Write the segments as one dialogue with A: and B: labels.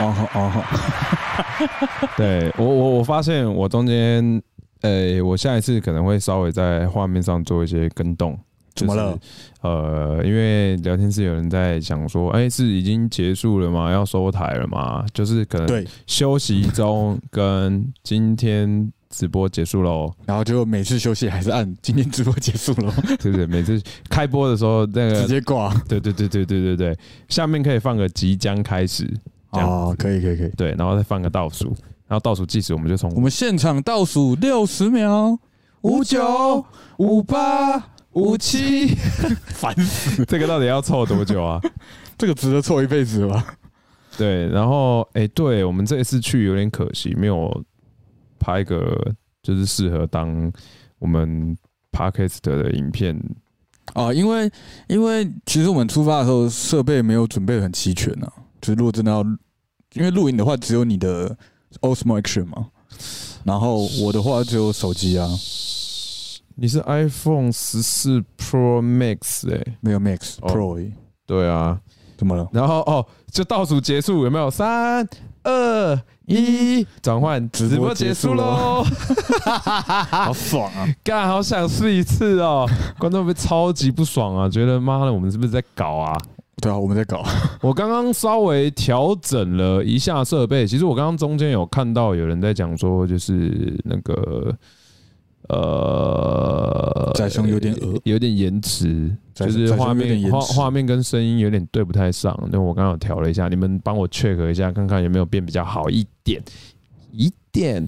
A: 哦哦，
B: 对我我我发现我中间，呃、我下一次可能会稍微在画面上做一些跟动。
A: 怎么了？
B: 呃，因为聊天室有人在想说，哎、是已经结束了吗？要收台了吗？就是可能
A: 对，
B: 休息中跟今天直播结束喽，
A: 然后就每次休息还是按今天直播结束 了，
B: 对不对？每次开播的时候，那
A: 直
B: 个
A: 接挂。
B: 对对对对对对对，下面可以放个即将开始，这样子
A: 哦，可以可以可以。
B: 对，然后再放个倒数，然后倒数计时我们就从
A: 我们现场倒数六十秒，
B: 59、五七，
A: 烦
B: 这个到底要凑多久啊？
A: 这个值得错一辈子吧？
B: 对，然后哎、对我们这一次去有点可惜，没有拍一个就是适合当我们 podcast 的影片。
A: 啊，因为因为其实我们出发的时候设备没有准备的很齐全啊，就是如果真的要，因为录影的话只有你的 Osmo Action 嘛，然后哦我的话只有手机啊，
B: 你是 iPhone 十四 Pro Max 哎、
A: 没有 Max
B: 哦
A: Pro，而已、
B: 对啊，
A: 怎么了？
B: 然后哦，就倒数结束有没有？三二一，转换
A: 直播结束咯！
B: 喽
A: 好爽啊！
B: 干，好想试一次哦！观众会不会超级不爽啊？觉得妈的，我们是不是在搞啊？
A: 对啊，我们在搞，
B: 我刚刚稍微调整了一下设备，其实我刚刚中间有看到有人在讲说，就是那个呃，
A: 宰相有点恶
B: 有点延迟，
A: 宰
B: 就是
A: 宰相
B: 画
A: 有点
B: 面
A: 延
B: 画
A: 迟
B: 画面跟声音有点对不太上。那我刚刚有调了一下，你们帮我 check 一下，看看有没有变比较好一点，一点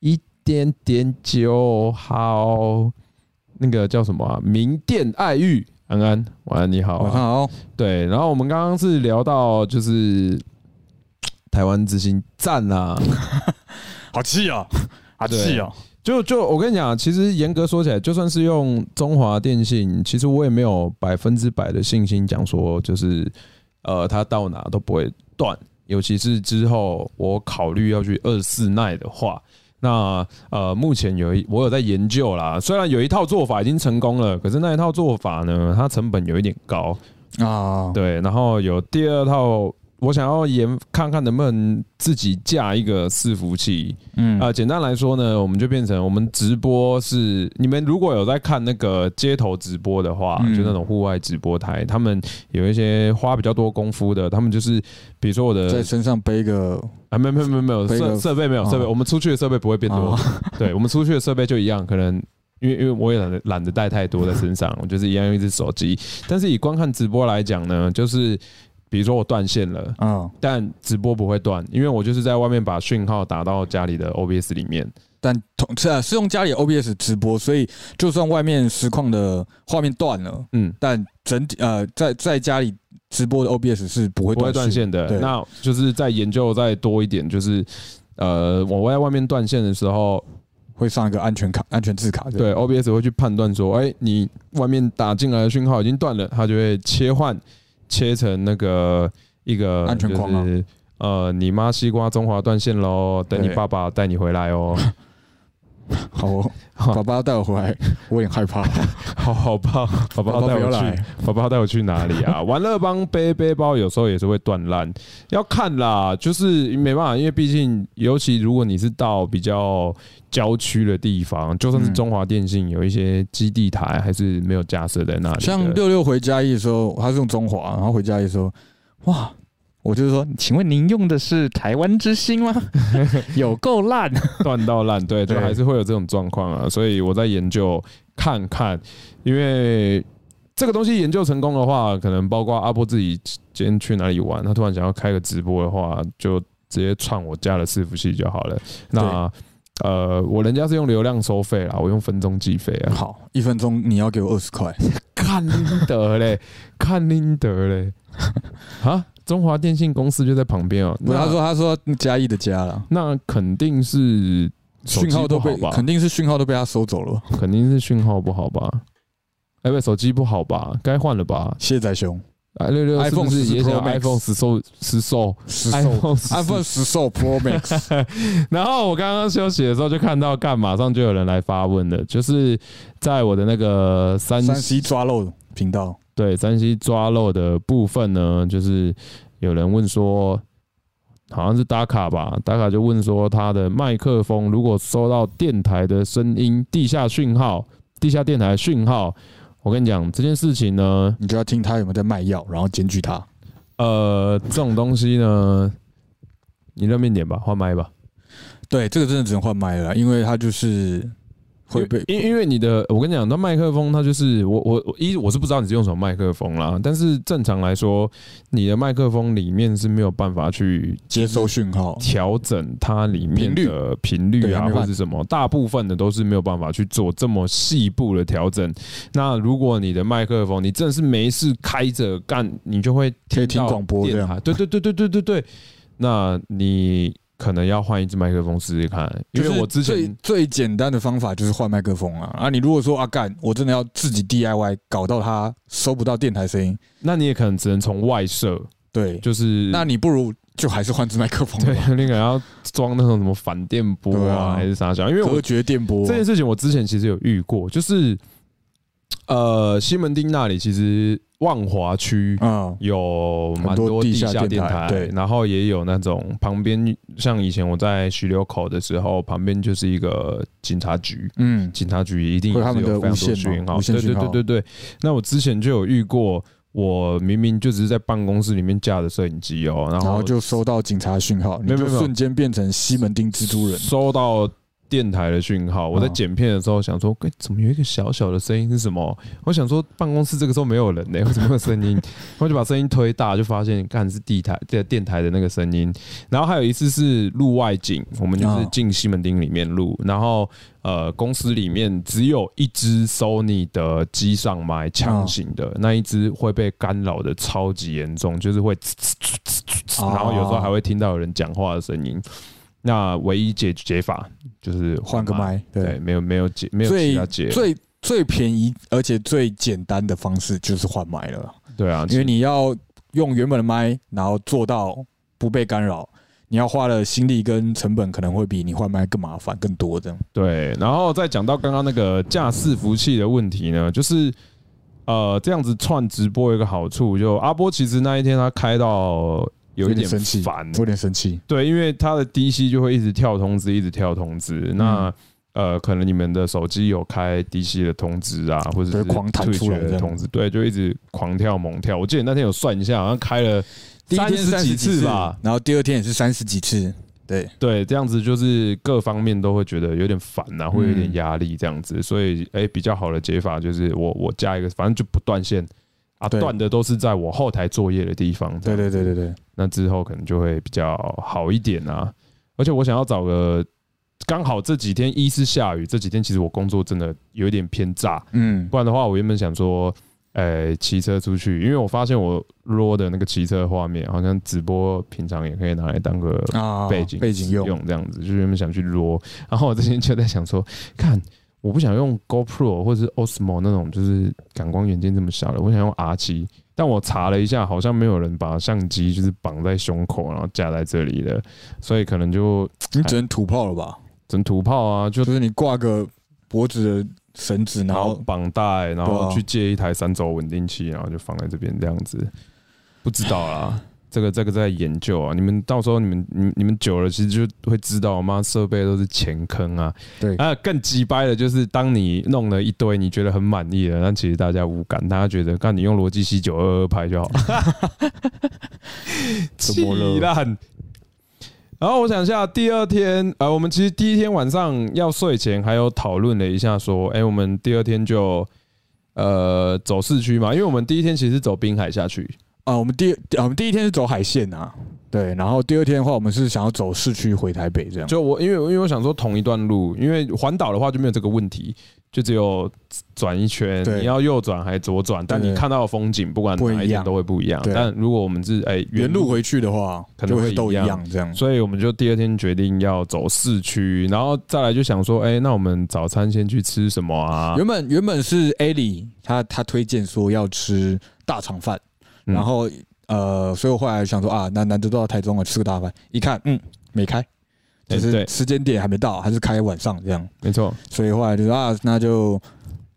B: 一点点就好。那个叫什么啊？明殿爱玉，安安，晚安，你好、
A: 晚
B: 啊
A: 上。好，
B: 对，然后我们刚刚是聊到就是台湾之星赞啊啦、
A: 好气 啊，好气啊！
B: 就就我跟你讲，其实严格说起来，就算是用中华电信，其实我也没有百分之百的信心讲说就是呃，它到哪都不会断。尤其是之后我考虑要去二四奈的话，那呃，目前有一我有在研究啦。虽然有一套做法已经成功了，可是那一套做法呢，它成本有一点高。
A: 啊，
B: 对，然后有第二套，我想要研看看能不能自己架一个伺服器。
A: 嗯
B: 啊、简单来说呢，我们就变成我们直播是你们如果有在看那个街头直播的话，
A: 嗯
B: 就那种户外直播台，他们有一些花比较多功夫的，他们就是比如说我
A: 在
B: 的
A: 身上背一个
B: 啊，没有没有没有没有
A: 背
B: 设
A: 个
B: 设备没有
A: 哦
B: 设备，我们出去的设备不会变多
A: 啊，
B: 对我们出去的设备就一样，可能。因为因为我也懒得懒得带太多在身上，我就是一样用一只手机。但是以观看直播来讲呢，就是比如说我断线了，
A: 嗯，
B: 但直播不会断，因为我就是在外面把讯号打到家里的 OBS 里面。
A: 但同是啊，是用家里的 OBS 直播，所以就算外面实况的画面断了，
B: 嗯，
A: 但整体呃，在在家里直播的 OBS 是不会
B: 不会
A: 断
B: 断线的。
A: 对
B: 那就是再研究再多一点，就是呃，我在外面断线的时候，
A: 会上一个安全卡、安全字卡这样。
B: 对 OBS 会去判断说，哎、你外面打进来的讯号已经断了，它就会切换切成那个一个
A: 安全框啊
B: 就是呃，你妈西瓜中华断线喽，等你
A: 对
B: 爸爸带你回来 哦。
A: 好 哦，爸爸带我回来，我有点害怕。
B: 好好吧，好吧，
A: 爸爸
B: 带
A: 不要
B: 我去
A: 来，
B: 宝宝带我去哪里 啊？玩乐帮背背包有时候也是会断烂，要看啦，就是没办法，因为毕竟，尤其如果你是到比较郊区的地方，就算是
A: 嗯
B: 中华电信有一些基地台，还是没有架设在那里的。
A: 像六六回嘉义的时候，他是用中华，然后回嘉义说，哇。我就是说，请问您用的是台湾之星 吗？有够烂，
B: 断到烂，对，就
A: 对
B: 还是会有这种状况啊。所以我在研究看看，因为这个东西研究成功的话，可能包括阿波自己今天去哪里玩，他突然想要开个直播的话，就直接串我家的伺服器就好了。那呃，我人家是用流量收费啦，我用分钟计费 啊，
A: 好，一分钟你要给我二十块，
B: 看拎得嘞，看拎得 嘞，啊，中华电信公司就在旁边哦、
A: 不
B: 那
A: 是他说他说嘉义的家了，
B: 那肯定是手
A: 讯
B: 机
A: 号
B: 不
A: 都被
B: 好吧？
A: 肯定是讯号都被他收走了。
B: 肯定是讯号不好吧？哎，不，手机不好吧？该换了吧？
A: 卸载熊，
B: 哎，六六是不
A: iPhone
B: 是
A: 14
B: 也想
A: Pro Max
B: iPhone 十售十售
A: 十
B: iPhone 哎十
A: iPhone 十售 Pro Max，
B: 然后我刚刚休息的时候就看到，干马上就有人来发问了，就是在我的那个三
A: 三 C 抓漏频道，
B: 对山西抓漏的部分呢，就是有人问说，好像是打卡吧，打卡就问说他的麦克风如果收到电台的声音、地下讯号、地下电台讯号，我跟你讲这件事情呢，
A: 你就要听他有没有在卖药，然后检举他。
B: 呃，这种东西呢，你认命点吧，换麦吧。
A: 对，这个真的只能换麦了啦，因为他就是会被
B: 因因为你的，我跟你讲，那麦克风它就是我我我一我是不知道你是用什么麦克风啦，但是正常来说，你的麦克风里面是没有办法去
A: 接收讯号。
B: 调整它里面的频率
A: 对它没
B: 啊，
A: 办法
B: 或是什么，大部分的都是没有办法去做这么细部的调整。那如果你的麦克风你真的是没事开着干，你就会
A: 可以
B: 听
A: 听
B: 到
A: 广播这
B: 电
A: 样
B: 台。对对对对对对对，那你可能要换一支麦克风试试看，因为
A: 就是
B: 我之前
A: 最最简单的方法就是换麦克风啊啊！你如果说啊干，我真的要自己 DIY 搞到它收不到电台声音，
B: 那你也可能只能从外设，
A: 对，
B: 就是
A: 那你不如就还是换支麦克风
B: 对
A: 吧，
B: 你可能要装那种什么反电波
A: 对
B: 啊，
A: 啊
B: 还是啥小，因为我
A: 隔绝电波啊
B: 这。件事情我之前其实有遇过，就是呃西门町那里其实万华区
A: 啊，
B: 有蛮
A: 很多
B: 多
A: 地
B: 地
A: 下
B: 下
A: 电
B: 电
A: 台对
B: 然后也有那种旁边像以前我在徐流口的时候，旁边就是一个警察局。
A: 嗯，
B: 警察局一定
A: 会有
B: 也
A: 他们
B: 是
A: 的
B: 有非常
A: 无
B: 多
A: 线
B: 讯
A: 嘛
B: 号，
A: 无线
B: 对对
A: 讯号
B: 对对对。那我之前就有遇过，我明明就只是在办公室里面架的摄影机哦，然
A: 然
B: 后
A: 后就收到警察讯号，
B: 没有
A: 你就
B: 没有
A: 瞬间变成西门町蜘蛛人。
B: 收到电台的讯号。我在
A: 嗯
B: 剪片的时候想说，哎、怎么有一个小小的声音是什么？我想说办公室这个时候没有人呢、为什么没有声音？ 我就把声音推大，就发现干是地台呃电电台的那个声音。然后还有一次是录外景，我们就是
A: 嗯
B: 进西门町里面录，然后呃公司里面只有一只 Sony 的机上麦强型的、那一只会被干扰的超级严重，就是会呲呲呲呲呲呲，
A: 哦
B: 然后有时候还会听到有人讲话的声音。那唯一解解法就是
A: 换个，麦，
B: 对，
A: 对，
B: 没有没有解没有其他解
A: 最，最最便宜而且最简单的方式就是换麦了，
B: 对啊，
A: 因为你要用原本的麦，然后做到不被干扰，你要花的心力跟成本可能会比你换麦更麻烦更多这样。
B: 对，然后再讲到刚刚那个架伺服器的问题呢，就是呃这样子串直播有一个好处，就阿波其实那一天他开到有一点
A: 生气，
B: 烦
A: 我，有点生气。
B: 对，因为他的 DC 就会一直跳通知，一直跳通知，
A: 嗯
B: 那。呃，可能你们的手机有开 DC 的通知啊，或者
A: 对
B: 是
A: 狂弹出来
B: Twitch
A: 这
B: 的
A: 样
B: 通知，对，就一直狂跳猛跳。我记得那天有算一下，好像开了
A: 第一天
B: 30
A: 30
B: 几次
A: 次
B: 吧，
A: 然后第二天也是三十几次，对，
B: 对，这样子就是各方面都会觉得有点烦呐、会有
A: 嗯
B: 点压力这样子，所以哎、诶比较好的解法就是我我加一个，反正就不断线啊，
A: 对
B: 断的都是在我后台作业的地方，
A: 对对对，对对，
B: 那之后可能就会比较好一点啊。而且我想要找个刚好这几天一是下雨，这几天其实我工作真的有点偏炸，
A: 嗯
B: 不然的话我原本想说。呃，骑车出去，因为我发现我 RAW 的那个骑车画面，好像直播平常也可以拿来当个
A: 啊，
B: 背景
A: 背景用，
B: 用这样子，就是原本想去撸，然后我之前就在想说， 看我不想用 GoPro 或者是 Osmo 那种就是感光元件这么小的，我想用 R 七。但我查了一下，好像没有人把相机就是绑在胸口，然后架在这里的，所以可能就
A: 你只能土炮了吧？
B: 整土炮啊，就
A: 就是你挂个脖子的绳子，然
B: 然后
A: 后
B: 绑带，然
A: 对
B: 后
A: 啊
B: 去借一台三轴稳定器，然后就放在这边这样子，不知道 啦。这个这个在研究啊，你们到时候你们你们你们久了，其实就会知道，妈设备都是钱坑啊。
A: 对
B: 啊，更鸡掰的就是，当你弄了一堆你觉得很满意的，但其实大家无感，大家觉得，看你用罗技 C 九二二拍就好，
A: 怎么了
B: 气烂。然后我想一下，第二天，呃，我们其实第一天晚上要睡前还有讨论了一下，说，哎，我们第二天就呃走市区嘛，因为我们第一天其实走滨海下去，
A: 啊，我们第啊我们第一天是走海线啊，对，然后第二天的话，我们是想要走市区回台北这样。
B: 就我因为因为我想说同一段路，因为环岛的话就没有这个问题，就只有转一圈，
A: 对
B: 你要右转还左转，但
A: 对
B: 你看到的风景不管
A: 不
B: 哪
A: 一
B: 一点
A: 样
B: 都会不一样。
A: 对
B: 但如果我们是哎、
A: 原路，回去的话，
B: 可能
A: 就
B: 会
A: 会都
B: 一
A: 一
B: 样
A: 样这样。
B: 所以我们就第二天决定要走市区，然后再来就想说，哎、那我们早餐先去吃什么啊？
A: 原本原本是 Ali 他他推荐说要吃大肠饭，
B: 嗯
A: 然后呃，所以我后来想说啊，难难得到台中了，吃个大饭，一看嗯没开，
B: 哎
A: 就
B: 对
A: 是时间点还没到，还是开晚上这样。
B: 没错，
A: 所以后来就说啊，那就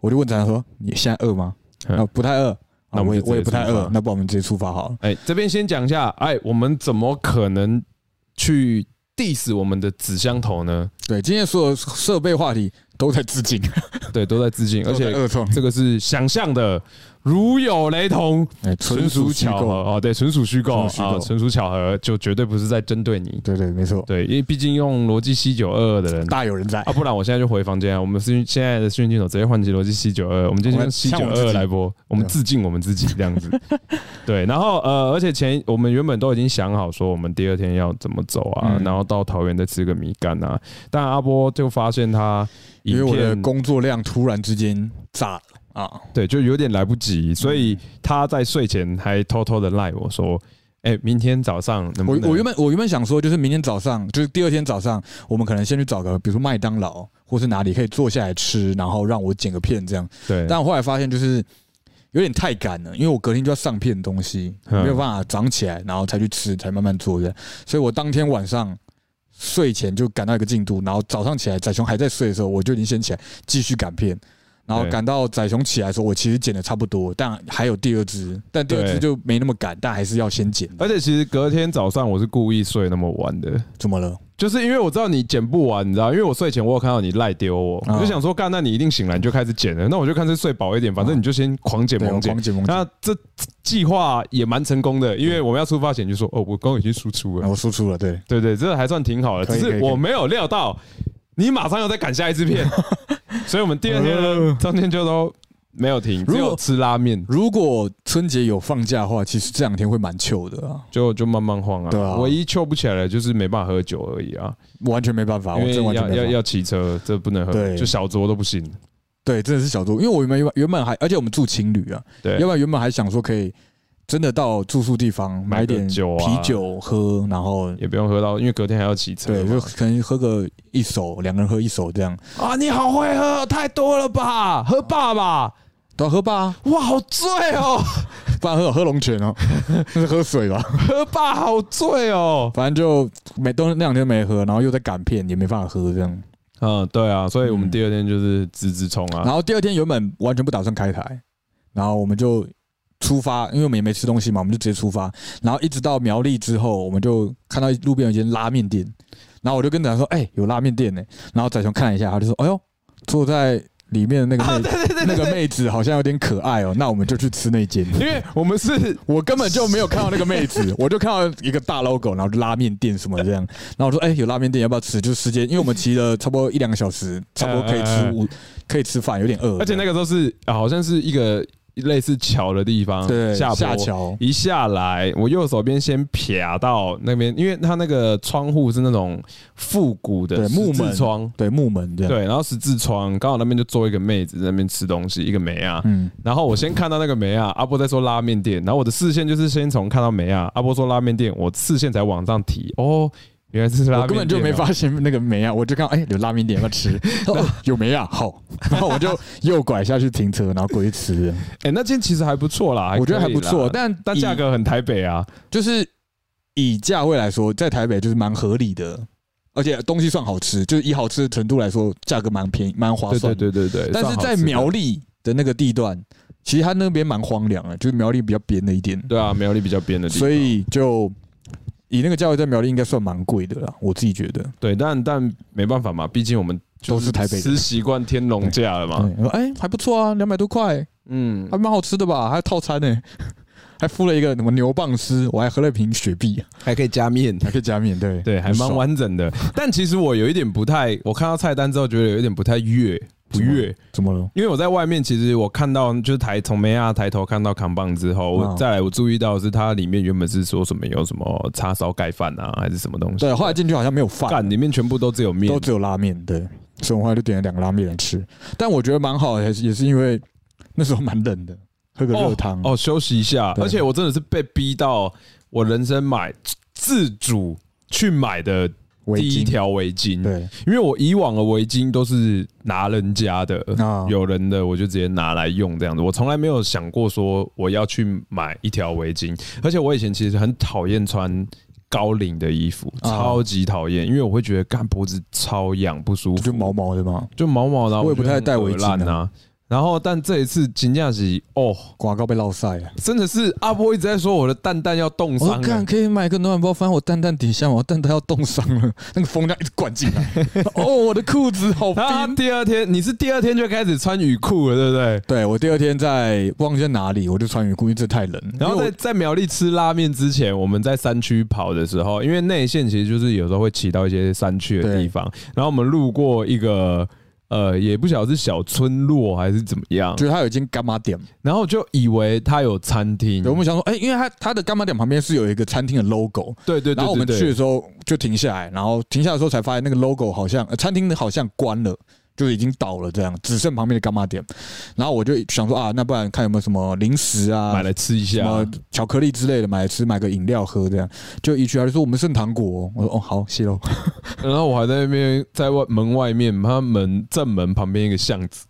A: 我就问厂长说，你现在饿吗？
B: 嗯
A: 啊，不太饿。
B: 那
A: 啊
B: 我们
A: 我也
B: 就直接
A: 我也不太
B: 出发哎
A: 饿，那不然我们直接出发好了。
B: 哎、这边先讲一下，哎、我们怎么可能去 diss 我们的纸箱头呢？
A: 对，今天所有设备话题都在致敬，
B: 对，都在致敬，
A: 都
B: 而
A: 在
B: 且
A: 二创，
B: 这个是想象的，如有雷同，
A: 哎，纯属虚
B: 巧合
A: 构。
B: 哦，对，纯属虚构
A: 纯属虚构
B: 啊，纯属巧合，就绝对不是在针对你。
A: 对对，没错，
B: 对，因为毕竟用逻辑七九二二的人
A: 大有人在
B: 啊，。不然我现在就回房间啊。我们是现在的训练镜头直接换成逻辑七九二，我们今天用七
A: 像
B: 九
A: 我们自
B: 二
A: 己啊
B: 来播，我们致敬我们自己这 样子。对，然后呃，而且前我们原本都已经想好说我们第二天要怎么走啊，
A: 嗯
B: 然后到桃园再吃个米干啊。但阿波就发现他
A: 因为
B: 影
A: 我的
B: 片
A: 工作量突然之间炸了啊！
B: 对就有点来不及，所
A: 嗯
B: 以他在睡前还偷偷的赖我说：“哎，明天早上能
A: 我
B: 不能？”
A: 我原本我原本想说，就是明天早上，就是第二天早上，我们可能先去找个，比如说麦当劳或是哪里可以坐下来吃，然后让我剪个片这样。
B: 对，
A: 但我后来发现，就是有点太赶了，因为我隔天就要上片东西，
B: 嗯
A: 没有办法长起来，然后才去吃，才慢慢做的。所以我当天晚上睡前就赶到一个进度，然后早上起来，仔熊还在睡的时候，我就已经先起来继续赶片。然后
B: 对
A: 赶到仔熊起来的时候，我其实剪的差不多，但还有第二支，但第二支
B: 对
A: 就没那么赶，但还是要先剪。
B: 而且其实隔天早上我是故意睡那么晚的。
A: 怎么了？
B: 就是因为我知道你剪不完，你知道，因为我睡前我有看到你赖丢我，
A: 啊
B: 我就想说，干，那你一定醒来你就开始剪了，那我就看是睡饱一点，反正你就先狂剪
A: 对，
B: 猛
A: 我
B: 剪
A: 狂。剪猛剪，
B: 那这计划也蛮成功的，因为我们要出发前就说，哦，我刚刚已经输出
A: 啊
B: 了，
A: 我输出了，对，
B: 对对，这还算挺好的，
A: 可
B: 只
A: 以可
B: 是
A: 以可以
B: 我没有料到你马上要再赶下一支 片，所以我们第二天呢，中间就都没有停，只
A: 呃如
B: 有
A: 果
B: 吃拉面，
A: 如果春节有放假的话，其实这两天会蛮糗的啊，
B: 就就慢慢晃
A: 对啊
B: 啊。唯一翘不起来的就是没办法喝酒而已啊，
A: 完全没办法，我
B: 因为
A: 真完全
B: 要
A: 没办
B: 要
A: 法。
B: 要骑车，这不能喝，
A: 对
B: 就小酌都不行。
A: 对，真的是小酌，因为我们原本原本还，而且我们住情侣啊，
B: 对，
A: 要不然原本还想说可以真的到住宿地方
B: 买
A: 买
B: 个
A: 点
B: 酒啊
A: 啤酒喝，然后
B: 也不用喝到，因为隔天还要骑车
A: 对，
B: 嘛。
A: 就可能喝个一手，两个人喝一手这样，
B: 啊，你好会喝，太多了吧？喝爸爸，
A: 都喝吧、啊，
B: 哇，好醉哦，
A: 不然喝喝龙泉哦， 那是喝水吧，
B: 喝爸好醉哦。
A: 反正就没都那两天没喝，然后又在赶片，也没办法喝这样。
B: 嗯，对啊，所以我们
A: 嗯
B: 第二天就是直直冲啊
A: 然。后第二天原本完全不打算开台，然后我们就出发，因为我们也没吃东西嘛，我们就直接出发。然后一直到苗栗之后，我们就看到路边有一间拉面店，然后我就跟仔说：“哎、有拉面店呢、然后仔雄看了一下，他就说：“哎呦，坐在里面的那个妹、那个妹子好像有点可爱哦，那我们就去吃那间。”
B: 因为我们是
A: 我根本就没有看到那个妹子，我就看到一个大 logo，然后就拉面店什么这样，然后我说：“哎、有拉面店要不要吃？”就是时间，因为我们骑了差不多一两个小时，差不多可以
B: 哎哎哎
A: 吃五，可以吃饭，有点饿。
B: 而且那个时候是、啊好像是一个类似桥的地方，
A: 对
B: 啊下坡
A: 下桥，
B: 一下来，我右手边先撇到那边，因为它那个窗户是那种复古的
A: 对木
B: 十字
A: 门
B: 窗，
A: 对木门这样，，
B: 对，然后十字窗刚好那边就坐一个妹子在那边吃东西，一个梅啊，
A: 嗯，
B: 然后我先看到那个梅亚，阿波在说拉面店，然后我的视线就是先从看到梅亚，阿波说拉面店，我视线才往上提，哦，原来是拉面店、
A: 我根本就没。发现那个梅啊，我就看哎、有拉面店要不要 吃，哦、有梅啊，好，然后我就右拐下去停车，然后过去吃这样，
B: 哎、那间其实还不错啦，
A: 我觉得还
B: 可以啦
A: 不错，但
B: 但价格很台北啊，
A: 以就是以价位来说，在台北就是蛮合理的，而且东西算好吃，就是以好吃的程度来说，价格蛮便宜，蛮划
B: 对
A: 算
B: 对
A: 的。
B: 对对对。
A: 但是
B: 算好
A: 在
B: 吃的
A: 苗，栗的那个地段，其实它那边蛮荒凉的，就是苗栗比较边的一点，
B: 对啊，苗栗比较边的地方，
A: 所以就以那个价位在苗栗应该算蛮贵的啦，我自己觉得。
B: 对，但但没办法嘛，毕竟我们就
A: 都是台北人
B: 吃习惯天龙价了嘛，
A: 对，我说哎、还不错啊，两百多块，
B: 嗯
A: 还，蛮好吃的吧？还有套餐呢、 还附了一个什么牛蒡丝，我还喝了一瓶雪碧，
B: 还可以加面，
A: 还可以加面，对
B: 对，还蛮
A: 爽
B: 完整的。但其实我有一点不太，我看到菜单之后觉得有一点不太悦，不悦。
A: 怎么了？
B: 因为我在外面，其实我看到就是抬从梅亚抬头看到扛棒之后，我
A: 嗯
B: 再来我注意到的是它里面原本是说什么有什么叉烧盖饭啊，还是什么东西？
A: 对，后来进去好像没有饭，
B: 干里面全部都只有面
A: 都，只有拉面，对，所以我后来就点了两个拉面来吃。但我觉得蛮好的，也是也是因为那时候蛮冷的，喝个热汤
B: 哦，休息一下。
A: 对
B: 而且我真的是被逼到我人生买自主去买的
A: 围
B: 第一
A: 巾，
B: 条嗯围巾，
A: 对
B: 因为我以往的围巾都是拿人家的，
A: 啊，
B: 有人的我就直接拿来用这样子，我从来没有想过说我要去买一条围巾，而且我以前其实很讨厌穿高领的衣服，
A: 啊
B: 超级讨厌，因为我会觉得干脖子超痒不舒服，
A: 就毛毛的嘛，
B: 就毛毛的啊，
A: 我也不太戴
B: 我觉得很恶
A: 围巾啊
B: 烂啊。然后，但这一次金价是哦，
A: 广告被落晒啊了。
B: 真的是阿波一直在说我的蛋蛋要冻
A: 我说
B: 伤欸
A: 看
B: 了。
A: 可以买个暖包，反正我蛋蛋底下嘛，我蛋蛋要冻伤了， 那个风这样一直灌进 来，哦，我的裤子好
B: 他
A: 冰。
B: 第二天，你是第二天就开始穿雨裤了，对不对？
A: 对我第二天在忘记在哪里，我就穿雨裤，因为这太冷。
B: 然后
A: 因为
B: 在在苗栗吃拉面之前，我们在山区跑的时候，因为内线其实就是有时候会骑到一些山区的地方，然后我们路过一个呃，也不晓得是小村落还是怎么样
A: 我，觉得它有一间干妈店，
B: 然后就以为它有餐厅
A: 对，我们想说，哎，因为它它的干妈店旁边是有一个餐厅的 logo，
B: 对对对对对，
A: 然后我们去的时候就停下来，然后停下来的时候才发现那个 logo 好像、呃、餐厅好像关了，就是已经倒了这样，只剩旁边的干妈店。然后我就想说啊，那不然看有没有什么零食啊，
B: 买来吃一
A: 什
B: 下，
A: 么巧克力之类的买来吃，买个饮料喝这样。就一去他就说我们剩糖果哦、我说哦好，谢喽。
B: 然后我还在那边在外门外面，他门正门旁边一个巷子，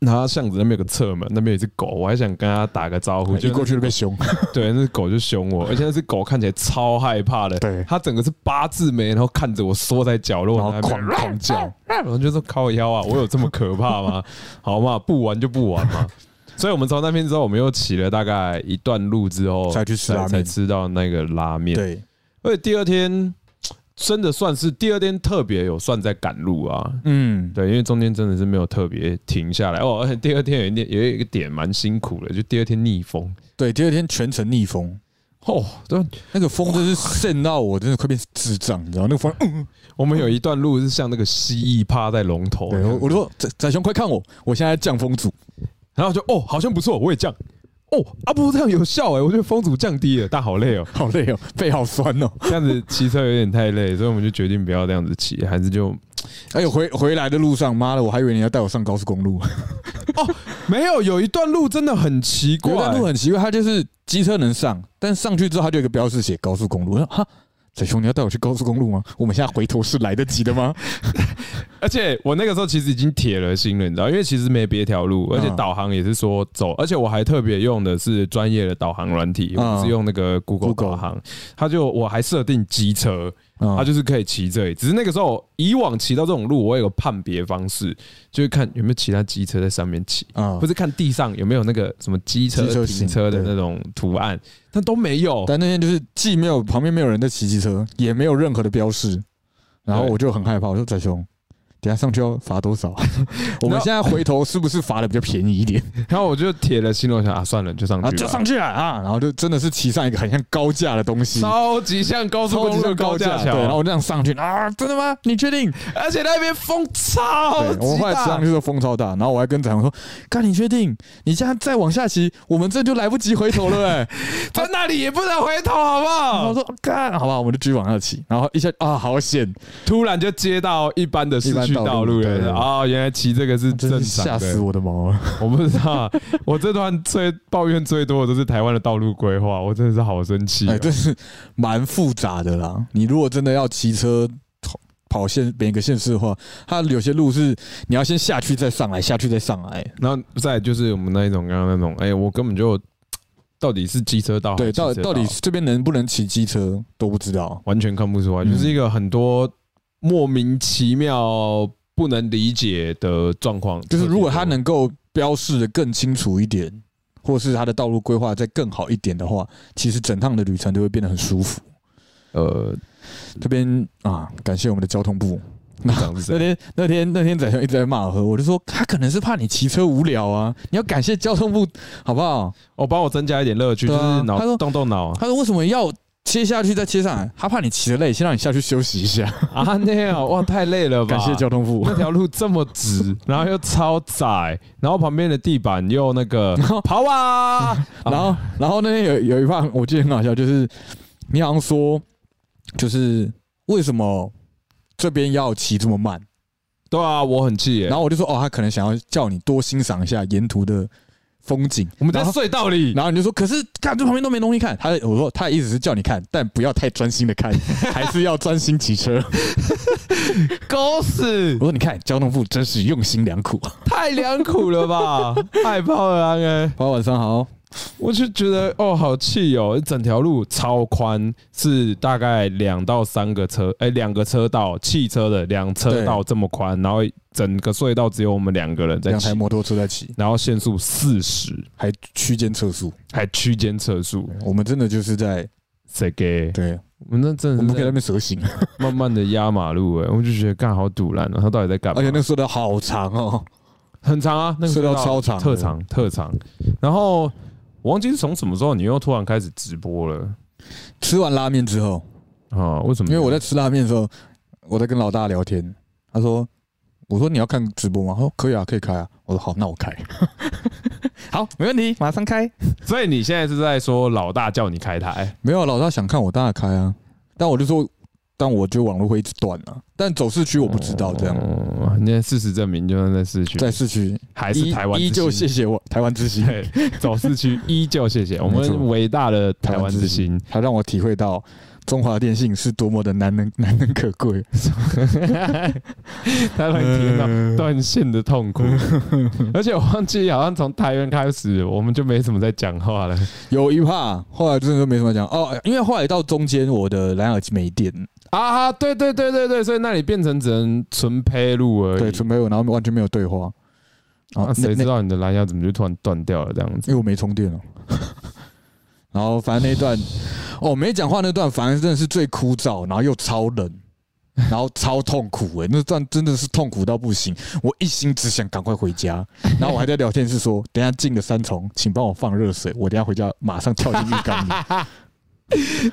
B: 然后巷子那边有个侧门，那边有一只狗，我还想跟它打个招呼，
A: 哎 一
B: 就
A: 过去就被凶，
B: 对，那只狗就凶 我，而且那只狗看起来超害怕的，
A: 对
B: 它整个是八字眉，然后看着我缩在角落，
A: 然后
B: 在那边
A: 狂狂叫，
B: 然后就说靠腰啊，我有这么可怕吗？ 好嘛，不玩就不玩 嘛。所以我们从那边之后，我们又骑了大概一段路之后，
A: 才去吃拉面
B: 才吃到那个拉面。
A: 对，
B: 而且第二天真的算是第二天特别有算在赶路啊，
A: 嗯，
B: 对，因为中间真的是没有特别停下来哦，而且第二天有一点有一个点蛮辛苦的，就第二天逆风
A: 对，第二天全程逆风，
B: 哦，对，
A: 那个风真是渗到我，真的快变智障，你知道那个风，嗯、
B: 我们有一段路是像那个蜥蜴趴在龙头，
A: 对我我就说仔仔熊快看我，我现在在降风组，
B: 然后就哦好像不错，我也降。哦，阿波这样有效哎、我觉得风阻降低了，但好累哦，
A: 好累哦，背好酸哦。
B: 这样子骑车有点太累，所以我们就决定不要这样子骑，还是就
A: 哎呦，回回来的路上，妈的，我还以为你要带我上高速公路。
B: 没有有一段路真的很奇怪，
A: 有一段路很奇怪，它就是机车能上，但上去之后它就有一个标示写高速公路。我说哈，仔兄，你要带我去高速公路吗？我们现在回头是来得及的 吗？
B: 而且我那个时候其实已经铁了心了，你知道，因为其实没别条
A: 嗯
B: 路，而且导航也是说走，而且我还特别用的是专业的导航软体，
A: 嗯
B: 我不是用那个 Google
A: Google
B: 导航，它就我还设定机车，
A: 啊
B: 它就是可以骑这里。只是那个时候以往骑到这种路，我有个判别方式，就是看有没有其他机车在上面骑，
A: 啊
B: 不，是看地上有没有那个什么机车
A: 机车型
B: 停车
A: 对
B: 的那种图案，但都没有。
A: 但那天就是既没有旁边没有人在骑机车，也没有任何的标示，然后
B: 对
A: 我就很害怕，我说仔兄。等一下上去要罚多 少？我们现在回头 是不是罚的比较便宜一点？
B: 然后我就铁了心了，我想啊，算了，就上
A: 啊，
B: 去
A: 就
B: 吧。
A: 上去了啊！然后就真的是骑上一个很像高架的东西，
B: 超级像高速公路高架
A: 对，
B: 桥
A: 然，后我就这样上去啊！真的吗？你确定？
B: 而且那边风超
A: 对，我们后来骑上去的风超大，然后我还跟展宏说：“看你确定？你这样再往下骑，我们这就来不及回头了、 欸。
B: 在那里也不能回头，好不
A: 然后我
B: 好？
A: 说：“哦干，好吧，我们就继续往下骑。”然后一下啊，好险，
B: 突然就接到一般的市区道路
A: 一般道路对对对
B: 了，啊，原来骑这个是
A: 真
B: 正
A: 是
B: 常
A: 吓死
B: 的。
A: 我的毛啊了！
B: 我不知道， 我这段最抱怨最多的都是台湾的道路规划，我真的是好生气哦
A: 哎，。真是蛮复杂的啦。你如果真的要骑车跑跑县每个县市的话，它有些路是你要先下去再上来，下去再上来。
B: 然后再来就是我们那一种刚刚那种，哎，我根本就到底是机车道还
A: 对，
B: 是
A: 到
B: 汽车
A: 到底这边能不能骑机车都不知道。
B: 完全看不出来，
A: 嗯
B: 就是一个很多莫名其妙不能理解的状况。
A: 就是如果它
B: 能。
A: 能够标示的更清楚一点，或是它的道路规划再更好一点的话，其实整趟的旅程就会变得很舒服。
B: 呃，
A: 这边啊，感谢我们的交通部。
B: 部长是
A: 那
B: 谁？
A: 天那天那天仔雄一直在骂我，我就说他可能是怕你骑车无聊啊，你要感谢交通部好不好？
B: 哦，帮我增加一点乐趣，
A: 对
B: 就
A: 啊
B: 是
A: 他说
B: 脑动动脑
A: 他说为什么要切下去再切上来？他怕你骑得累，先让你下去休息一下。
B: 啊，那样哇，太累了吧？
A: 感谢交通 部。
B: 那条路这么直，然后又超窄，然后旁边的地板又那个跑啊，
A: 然后，然后那天有有一段我记得很好笑，就是你好像说，就是为什么这边要骑这么慢？
B: 对啊，我很气耶
A: 然。后我就说，哦，他可能想要叫你多欣赏一下沿途的风景。
B: 我们在
A: 然 后
B: 隧道里，
A: 然后你就说，可是看这旁边都没东西看。他我说他的意思是叫 你看，但不要太专心的看，还是要专心骑车。
B: 狗屎
A: 我，说你看交通部真是用心良苦。
B: 太良苦了吧？太泡了，哎，
A: 好，晚上好。
B: 我就觉得哦，好气哦！整条路超宽，是大概两到三个车，哎、两个车道，汽车的两车道这么宽，然后整个隧道只有我们两个人在
A: 两
B: 骑
A: 台，摩托车在骑，
B: 然后限速四十，
A: 还区间测速，
B: 还区间测速，
A: 我们真的就是在
B: 谁给？
A: 对，
B: 我们那真
A: 我
B: 的
A: 们可以在那
B: 是在
A: 边蛇哎 行，
B: 慢慢的压马路、哎，我就觉得干好堵烂哦，他到底在干嘛？
A: 而且那个隧道好长哦，
B: 很长啊，那个
A: 隧道
B: 隧
A: 超长哦的
B: 特长特长。然后我忘记是从什么时候，你又突然开始直播了
A: 吃完拉面之后，
B: 啊？为什么？
A: 因为我在吃拉面的时候，我在跟老大聊天，他说：“我说你要看直播吗？”他说：“可以啊，可以开啊。”我说：“好，那我 开。”好，没问题，马上开。
B: 所以你现在是在说老大叫你开台，
A: 没有，老大想看我当然开啊，但我就说，但我就网络会一直断啊。但走市区我不知道这样，
B: 哦，那事实证明，就算在市区，
A: 在市区
B: 还是
A: 依
B: 台湾之
A: 依旧谢
B: 星。
A: 谢我台湾之星，
B: 对，走市区依旧谢谢我
A: 没错
B: 们伟大的台湾之星。
A: 他让我体会到中华电信是多么的难能难能可贵。
B: 他让你听到断线的痛 苦，而且我忘记好像从台湾开始，我们就没怎么在讲话了。
A: 有一怕，后来真的就没什么讲哦，因为后来到中间我的蓝牙耳机没电，
B: 啊，对对对对对，所以那里变成只能纯配路而已。
A: 对，纯没有，然后完全没有对话。哦
B: 啊，谁知
A: 那那
B: 道你的蓝牙怎么就突然断掉了这样子？
A: 因为我没充电了。 然后反正那一段，哦，没讲话那段，反正真的是最枯燥，然后又超冷，然后超痛苦哎、那段真的是痛苦到不行，我一心只想赶快回家。然后我还在聊天室说，等一下进了三重，请帮我放热水，我等一下回家马上跳进浴缸里。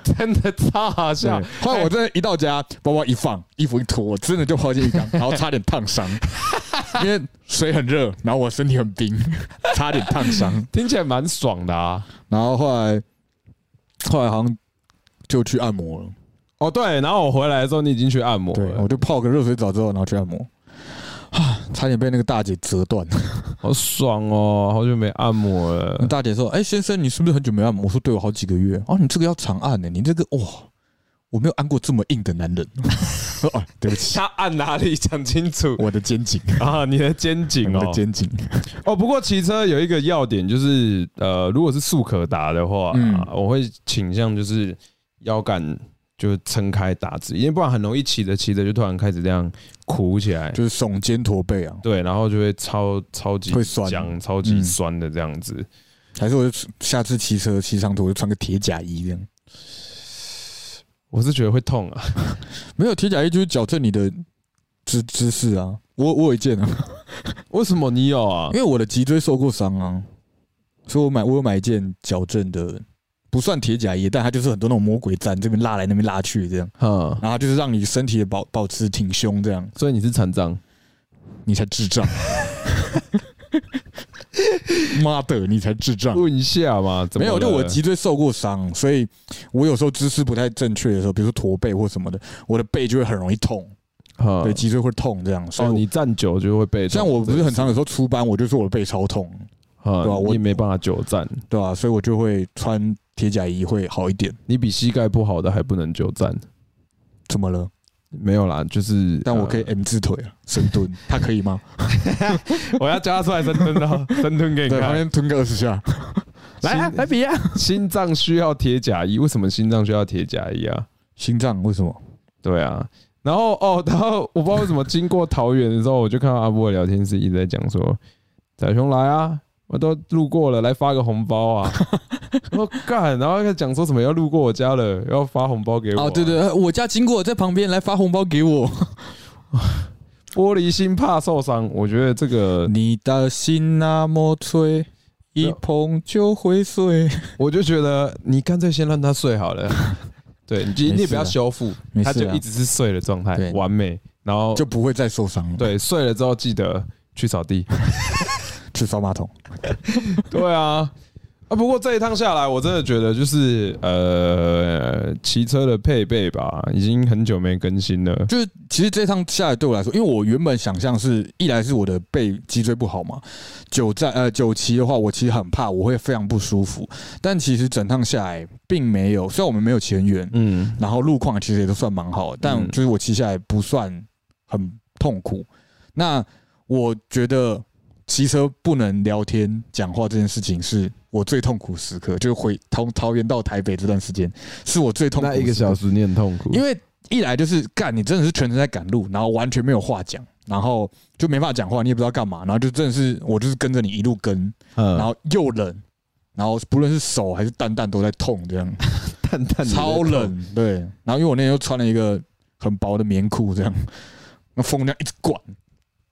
B: 真的超好笑
A: 对，后来我真的一到家，包包一放，衣服一脱，我真的就泡进浴缸，然后差点烫伤， 因为水很热，然后我身体很冰，差点烫伤。
B: 听起来蛮爽的啊。
A: 然后后来，后来好像就去按摩了。
B: 哦，对，然后我回来的时候你已经去按摩
A: 对，我
B: 了，
A: 就泡个热水澡之后，然后去按摩， 啊，差点被那个大姐折断。
B: 好爽哦，好久没按摩
A: 那
B: 了。
A: 大姐说：“哎、先生，你是不是很久没按摩？”我说：“对，我好几个月。”哦，你这个要常按呢、你这个哇，我没有按过这么硬的男人。 哦，对不起，
B: 他按哪里讲清楚
A: 我的肩 颈，
B: 啊？你的肩颈
A: 我
B: 哦
A: 的，肩颈。
B: 哦，不过骑车有一个要点就是，呃，如果是速可达的话，
A: 嗯
B: 我会倾向就是腰杆就撑开打直，因为不然很容易骑着骑着就突然开始这样苦起 来，
A: 就是耸肩驼背啊，
B: 对，然后就会超超级
A: 会酸
B: 僵、超级
A: 嗯
B: 酸的这样子。
A: 还是我就下次骑车骑长途，我就穿个铁甲衣这样。
B: 我是觉得会痛啊，
A: 没有铁甲衣就是矫正你的姿姿势啊。我我有一件啊，
B: 为什么你有啊
A: 因？为我的脊椎受过伤啊，所以我买我有买一件矫正的，不算铁甲衣，但它就是很多那种魔鬼毡，这边拉来那边拉去这样，
B: 嗯，
A: 然后它就是让你身体的保保持挺胸这样，
B: 所以你是残障。
A: 你才智障。 妈的，你才智障！
B: 问一下嘛，怎么
A: 没有，
B: 了
A: 就我脊椎受过伤，所以我有时候姿势不太正确的时候，比如说驼背或什么的，我的背就会很容易痛，
B: 嗯
A: 对，脊椎会痛这样。所以
B: 哦，
A: 我
B: 你站久就会被痛，
A: 像我不是很常有时候出班，我就说我的背超痛，
B: 嗯
A: 对啊我
B: 你也没办法久站，
A: 对吧、啊所以我就会穿铁甲衣会好一点。
B: 你比膝盖不好的还不能久站。
A: 怎么了？
B: 没有啦，就是，
A: 但我可以
B: 呃
A: M 字腿啊，深蹲，他可以吗？
B: 我要叫他出来深蹲 哦，深蹲给你
A: 对，旁
B: 看。
A: 边蹲个二十下，
B: 来啊来
A: 比啊！
B: 心脏需要铁甲衣，为什么心脏需要铁甲衣啊？
A: 心脏为什么？
B: 对啊，然后哦， 然后我不知道为什么经过桃园的时候，我就看到阿波的聊天室一直在讲说，仔兄来啊，我都路过了，来发个红包 啊。我说干，然后又讲说什么要路过我家了，要发红包给我啊、
A: 哦，对对，呃我家经过在旁边来发红包给我。
B: 玻璃心怕受伤，我觉得这个，
A: 你的心那么脆，一碰就会碎。
B: 我就觉得你干脆先让他睡好 了。对你就，
A: 没事啊
B: 你也不要修复，
A: 没
B: 他
A: 事
B: 就
A: 啊
B: 一直是睡的状态
A: 对，
B: 完美。然后
A: 就不会再受伤了。，
B: 对睡了之后记得去 扫地。
A: 去刷马桶。
B: 对啊，啊，不过这一趟下来，我真的觉得就是呃，骑车的配备吧，已经很久没更新了。
A: 就是其实这趟下来对我来说，因为我原本想象是一来是我的背脊椎不好嘛，久站呃久骑的话，我其实很怕我会非常不舒服。但其实整趟下来并没有，虽然我们没有骑很远，
B: 嗯，
A: 然后路况其实也都算蛮好的，但
B: 嗯
A: 就是我骑下来不算很痛苦。那我觉得骑车不能聊天讲话这件事情是我最痛苦时刻，就是回从桃园到台北这段时间是我最痛苦
B: 那一个
A: 时刻
B: 小时你很痛苦，
A: 因为一来就是干，你真的是全程在赶路，然后完全没有话讲，然后就没办法讲话，你也不知道干嘛，然后就真的是我就是跟着你一路跟，然
B: 然
A: 后又冷，然后不论是手还是蛋蛋都在痛，这样
B: 淡淡地
A: 超冷，对。然后因为我那天又穿了一个很薄的棉裤，这样那风这样一直灌。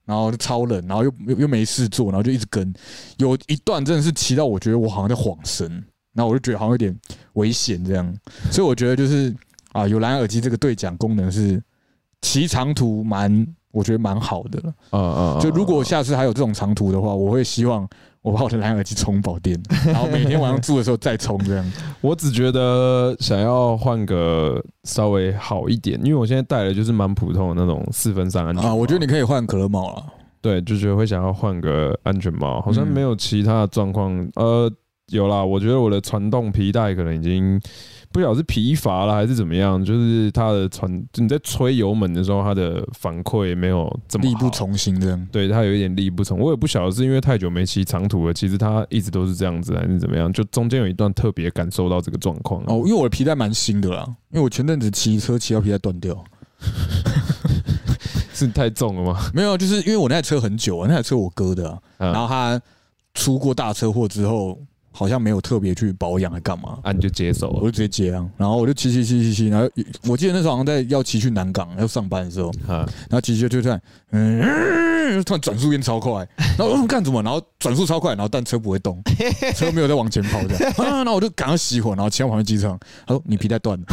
A: 然后就超冷，然后又又又没事做，然后就一直跟，有一段真的是骑到我觉得我好像在晃神，然后我就觉得好像有点危险这样，所以我觉得就是啊，有蓝牙耳机这个对讲功能是骑长途蛮，我觉得蛮好的了。
B: 嗯，嗯嗯，
A: 就如果下次还有这种长途的话，我会希望我把我的蓝牙耳机充饱电，然后每天晚上住的时候再充这 样。
B: 我只觉得想要换个稍微好一点，因为我现在戴的就是蛮普通的那种四分三安全帽
A: 啊，我觉得你可以换可乐帽啊了。
B: 对，就觉得会想要换个安全帽，好像没有其他的状况。呃，有啦，我觉得我的传动皮带可能已经不晓得是疲乏了还是怎么样，就是它的传你在吹油门的时候，它的反馈没有这么哦好
A: 力不。从心这样。
B: 对它有一点力不从，我也不晓得是因为太久没骑长途了，其实它一直都是这样子还是怎么样，就中间有一段特别感受到这个状况
A: 哦，因为我的皮带蛮新的啦，因为我前阵子骑车骑到皮带断掉，
B: 是太重了吗？
A: 没有，就是因为我那台车很久啊，那台车我哥的啊、
B: 然
A: 然后他出过大车祸之后，好像没有特别去保养还干嘛，
B: 啊你就接手
A: 我
B: 了
A: 就直接接啊，然后我就骑骑骑骑骑，然后我记得那时候好像在要骑去南港要上班的时候，
B: 啊，
A: 然后骑骑就就突然，嗯，突然转速变超快，然后我说干什么？然后转速超快，然后但车不会动，车没有在往前跑这样，啊然后我就赶快熄火，然后骑到旁边机场，他说你皮带断了，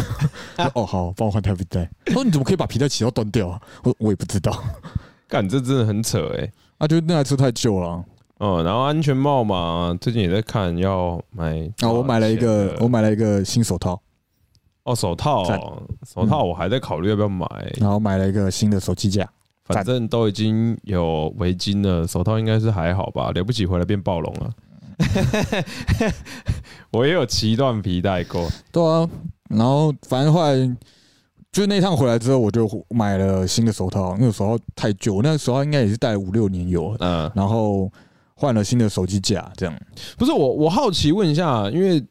A: 我说哦好，帮我换条皮带，他说你怎么可以把皮带骑到断掉啊？我说我也不知道，
B: 干这真的很扯哎、欸。
A: 啊就那台车太旧了啊，
B: 哦，然后安全帽嘛，最近也在看要买
A: 啊我买了一个
B: 多少钱的
A: 我买了一个新手套，
B: 哦手套
A: 赞嗯
B: 哦，手套我还在考虑要不要买，
A: 然后买了一个新的手机架，
B: 反正都已经有围巾了，手套应该是还好吧，了不起回来变暴龙了。 我也有骑断皮带过，
A: 对啊，然后反正后来就那趟回来之后，我就买了新的手套，因为手套太旧，那手套应该也是戴了五六年有了，
B: 嗯，
A: 然后换了新的手机架，这样
B: 不是我，我好奇问一下，因为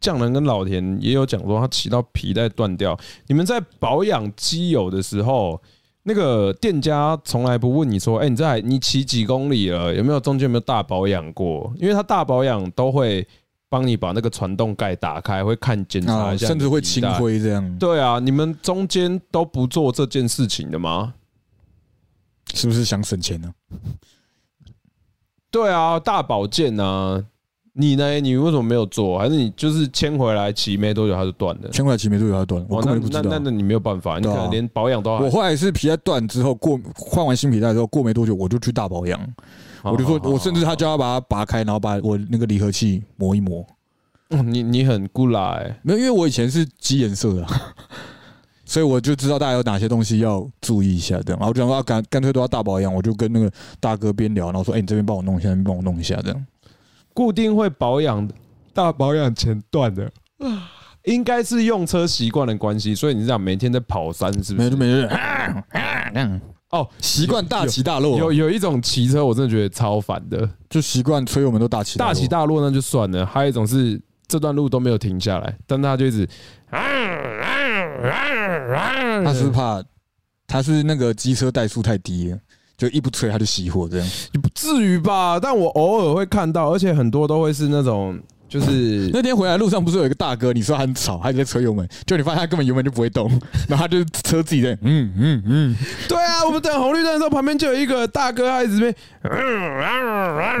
B: 匠人跟老田也有讲说他骑到皮带断掉，你们在保养机油的时候，那个店家从来不问你说，哎、你在你骑几公里了，有没有中间有没有大保养过？因为他大保养都会帮你把那个传动盖打开，会看检查
A: 啊，
B: 一下、
A: 甚至会清。灰这样，
B: 对啊，你们中间都不做这件事情的吗？
A: 是不是想省钱呢？
B: 对啊，大保健啊，你呢？你为什么没有做？还是你就是牵回来骑没多久它就断了？
A: 千块钱没多久它断，我
B: 哦，
A: 根
B: 那
A: 本就不知
B: 那那那
A: 道。
B: 你没有办法，你
A: 对
B: 可
A: 啊
B: 能连保养都还
A: 我后来是皮带断之后过换完新皮带之后过没多久我就去大保养，
B: 哦
A: 我就说我甚至他叫他把它拔开，然后把我那个离合器磨一磨，
B: 哦你你很孤啦欸，
A: 没有，因为我以前是鸡颜色的啊、 所以我就知道大家有哪些东西要注意一下，这样。然后我就想说，啊干干脆都要大保养，我就跟那个大哥边聊，然后说，哎、你这边帮我弄一下，那边帮我弄一下，这样。
B: 固定会保养大保养前断的，应该是用车习惯的关系，所以你这样每天在跑山是不
A: 没有
B: 是
A: 就？没事，啊啊这样
B: 哦，
A: 习惯大起大落，啊
B: 有有一种骑车我真的觉得超烦的，
A: 就习惯催我们都大起哦
B: 大
A: 落
B: 起。大落那就算了，还有一种是这段路都没有停下来，但他就一直，
A: 他是怕，他是那个机车怠速太低了，就一不催他就熄火这样。
B: 你不至于吧？但我偶尔会看到，而且很多都会是那种 就是
A: 那天回来路上不是有一个大哥，你说他很吵，他一直在催油门，就你发现他根本油门就不会动， 然后他就车自己在，嗯嗯嗯，
B: 对啊，我们等红绿灯的时候，旁边就有一个大哥，他一直被，然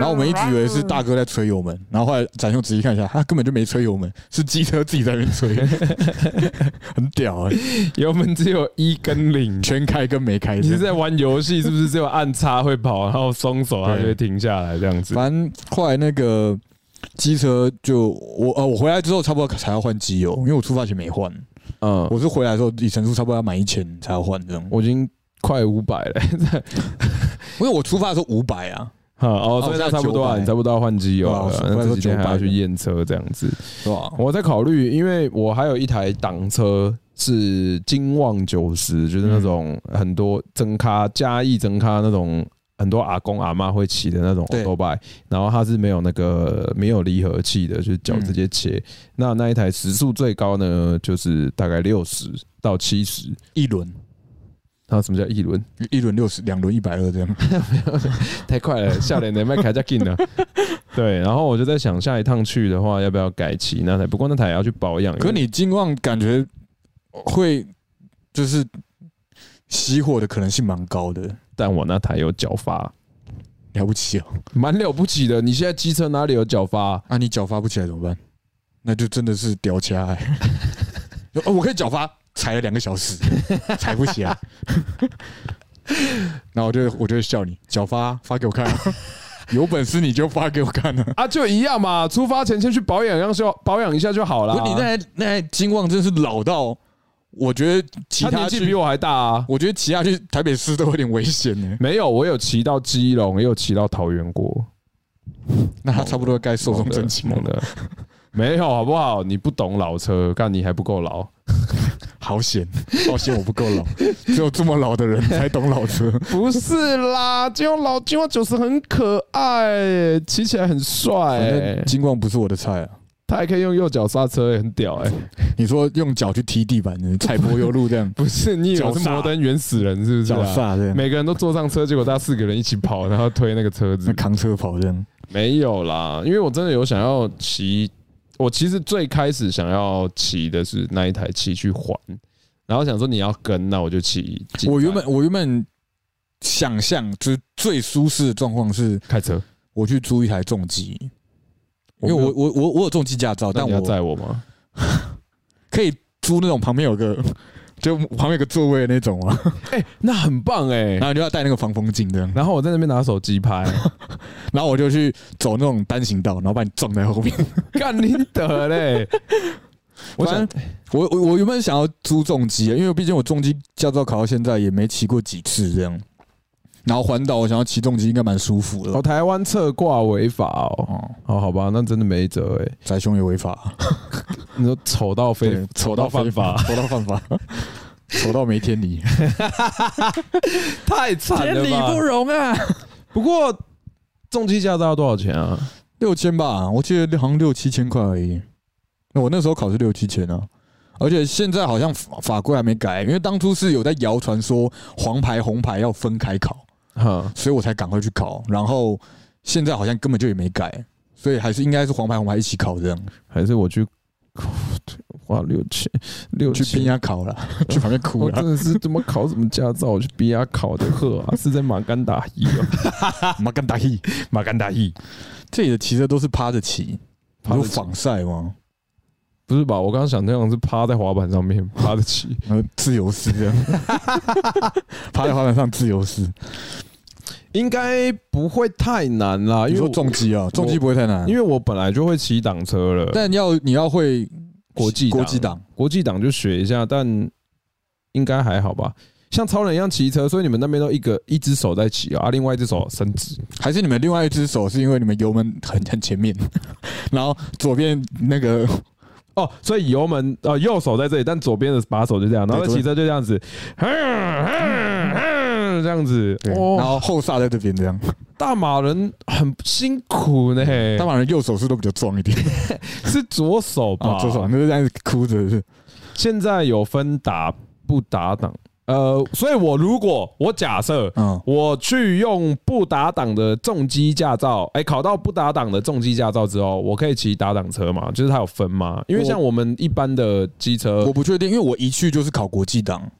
A: 然后我们一直以为是大哥在吹油门，然后后来展兄仔细看一下，他根本就没吹油门，是机车自己在那边 吹，很屌啊、
B: 油门只 有一 跟零。
A: 全开跟没开
B: 你是
A: 这样。
B: 在玩游戏，是不是？只有按叉会跑，然后松手它就会停下来这样子。
A: 反正后来那个机车就我呃，我回来之后差不多才要换机油，因为我出发前没换，
B: 嗯，
A: 我是回来的时候里程数差不多要满一千才要换这样，
B: 我已经快五百了。
A: 因为我出发的时候五百啊，
B: 好哦，所以那差不多啊，
A: 900
B: 你差不多要换机油了
A: 对啊。
B: 那
A: 我
B: 这
A: 说
B: 几天还要
A: 900
B: 去验车这样子。
A: 是吧？
B: 我在考虑，因为我还有一台挡车嗯是金旺九十，就是那种很多增咖嘉义增咖那种很多阿公阿妈会骑的那种
A: 对
B: o b i 然后它是没有那个没有离合器的，就是脚直接切。那那一台时速最高呢，就是大概六十到七十。
A: 一轮
B: 那什么叫一轮？
A: 一轮六十，两轮一百二这样。
B: 太快了，笑脸的麦卡加进 了。对，然后我就在想，下一趟去的话，要不要改骑那台？不过那台也要去保养。
A: 可
B: 因为
A: 你金旺感觉会就是熄火的可能性蛮高的，
B: 但我那台有脚发，
A: 了不起哦。
B: 蛮了不起的。你现在机车哪里有脚发、
A: 啊，你脚发不起来怎么办？那就真的是屌掐 哎、哦，我可以脚发，踩了两个小时，踩不起来。 然后我就我就会笑你，脚发啊发给我看、啊， 有本事你就发给我看啊！
B: 啊，就一样嘛。出发前先去保养，让就保养一下就好了。
A: 不是你那台那台金旺真是老到，我觉得其
B: 他年纪
A: 去
B: 比我还大啊。
A: 我觉得骑下去台北市都有点危险呢、
B: 没有，我有骑到基隆，也有骑到桃园过，
A: 那他差不多该寿终正寝
B: 猛
A: 了。
B: 的。没有，好不好？你不懂老车，干你还不够老。
A: 好险，好险我不够老，只有这么老的人才懂老车。
B: 不是啦，金旺老金旺九十很可爱，骑起来很帅、
A: 反正金光不是我的菜啊。
B: 他还可以用右脚刹车，很屌哎、，
A: 你说用脚去踢地板，踩柏油路这样
B: 不是，你以为我
A: 脚
B: 是
A: 刹
B: 摩登原始人 是不是、
A: 脚
B: 啊？
A: 刹这样，
B: 每个人都坐上车，结果大家四个人一起跑，然后推那个车
A: 那
B: 子。
A: 扛车跑这样。
B: 没有啦，因为我真的有想要骑，我其实最开始想要骑的是那一台骑去环，然后想说你要跟，那我就骑近
A: 我原
B: 半
A: 本我原本想象就是最舒适的状况是
B: 开车，
A: 我去租一台重机，因为
B: 没有
A: 我我我我有重机驾照，
B: 那
A: 但
B: 你要
A: 我
B: 载我吗？
A: 可以租那种旁边有个 就旁边有个座位的那种啊，
B: 哎、那很棒哎、
A: 然后你就要戴那个防风镜这样，
B: 然后我在那边拿手机拍，
A: 然后我就去走那种单行道，然后把你撞在后面。
B: 干你的嘞！我想哎
A: 反我我我原本想要租重机，啊因为毕竟我重机驾照考到现在也没骑过几次这样。然后环岛，我想要骑重机应该蛮舒服的
B: 哦，。台湾侧挂违法哦。
A: 哦，
B: 哦，好吧，那真的没辙哎、
A: 宅兄也违法，
B: 你说丑到非
A: 对非， 丑到犯法， 丑到没天理，
B: 太惨了吧？
A: 容啊！
B: 不过重机驾照要多少钱啊？
A: 六千吧，我记得好像六七千块而已。那我那时候考是六七千啊，而且现在好像法法规还没改，因为当初是有在谣传说黄牌红牌要分开考，
B: 哈，
A: 所以我才赶快去考。然后现在好像根本就也没改，所以还是应该是黄牌红牌一起考这样，
B: 还是我去花六千六
A: 去
B: 千
A: 逼？他考 了，去旁边哭
B: 我
A: 了
B: 真，的是怎么考什么驾照？我去比亚考的课啊， 是在马干达伊哦，
A: 马干达意。
B: 马干达伊
A: 这里的骑车都是趴着骑，
B: 趴着
A: 有
B: 骑
A: 防晒吗？
B: 不是吧？我刚刚想象是趴在滑板上面趴得起，
A: 然后呃自由式这 样，趴在滑板上自由式。
B: 应该不会太难啦，因
A: 你
B: 为
A: 说
B: 我
A: 重机啊，重机不会太难
B: 因，为我本来就会骑挡车了，
A: 但要你要会
B: 国际
A: 国
B: 档
A: 际档，
B: 国际档就学一下，但应该还好吧。像超人一样骑车，所以你们那边都一个一只手在骑啊，啊另外一只手伸直。
A: 还是你们另外一只手是因为你们油门很很前面， 然后左边那个
B: 哦，所以油门呃右手在这里，但左边的把手就这样，然后
A: 对嗯
B: 骑车就这样子，嗯哼哼哼嗯这样子。
A: 对，然
B: 哦，
A: 后后刹在这边这样。
B: 大马人很辛苦呢，
A: 大马人右手是都比较壮一点
B: 是左手吧？
A: 啊，左手那就这样哭着是。
B: 现在有分打不打档，呃，所以我如果我假设
A: 嗯，
B: 我去用不打档的重机驾照，哎、考到不打档的重机驾照之后，我可以骑打档车嘛？就是它有分吗？因为像我们一般的机车
A: 嗯我，不确定，因为我一去就是考国际档，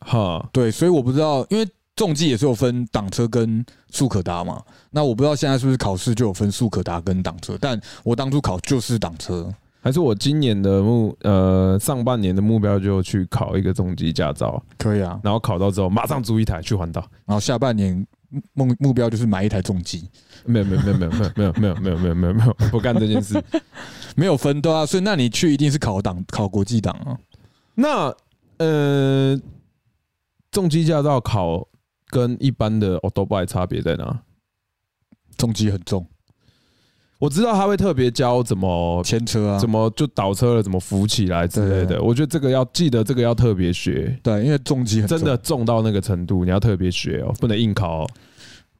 B: 哈，
A: 对，所以我不知道，因为重机也是有分挡车跟速可达嘛。那我不知道现在是不是考试就有分速可达跟挡车，但我当初考就是挡车，
B: 还是我今年的目呃上半年的目标就去考一个重机驾照，
A: 可以啊。
B: 然后考到之后马上租一台去环岛。
A: 然后下半年目目标就是买一台重机，
B: 没有没有没有没有没有没有没有没有没有没有不干这件事。
A: 没有分对啊，所以那你去一定是考档考国际档啊。
B: 那呃，重机驾照考跟一般的 auto bike 差别在哪？
A: 重机很重，
B: 我知道他会特别教怎么
A: 牵车啊
B: 怎，么就倒车了，怎么扶起来之类
A: 对
B: 的。我觉得这个要记得，这个要特别学，
A: 对，因为重机很重
B: 真的重到那个程度，你要特别学哦，不能硬考哦。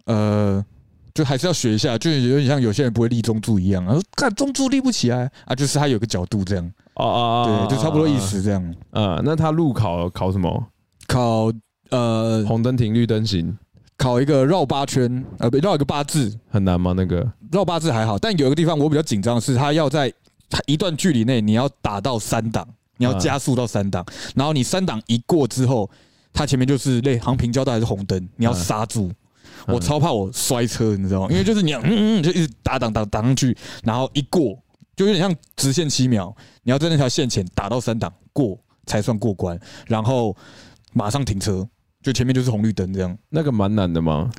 A: 呃，就还是要学一下，就有点像有些人不会立中柱一样啊，看中柱立不起来啊，就是他有个角度这样，
B: 哦哦，
A: 对，就差不多意。思这样。
B: 啊，那他路考考什么？
A: 考呃
B: 红灯停，绿灯行，
A: 考一个绕八圈，呃不绕一个八字，
B: 很难吗？那个
A: 绕八字还好，但有一个地方我比较紧张的是，他要在一段距离内你要打到三档，你要
B: 嗯
A: 加速到三档，然后你三档一过之后，它前面就是类航平交道还是红灯，你要
B: 嗯
A: 刹住。
B: 嗯
A: 我超怕我摔车，你知道吗？因为就是你要嗯嗯就一直打档打打上去，然后一过就有点像直线七秒，你要在那条线前打到三档过才算过关，然后马上停车，就前面就是红绿灯这样。
B: 那个蛮难的吗？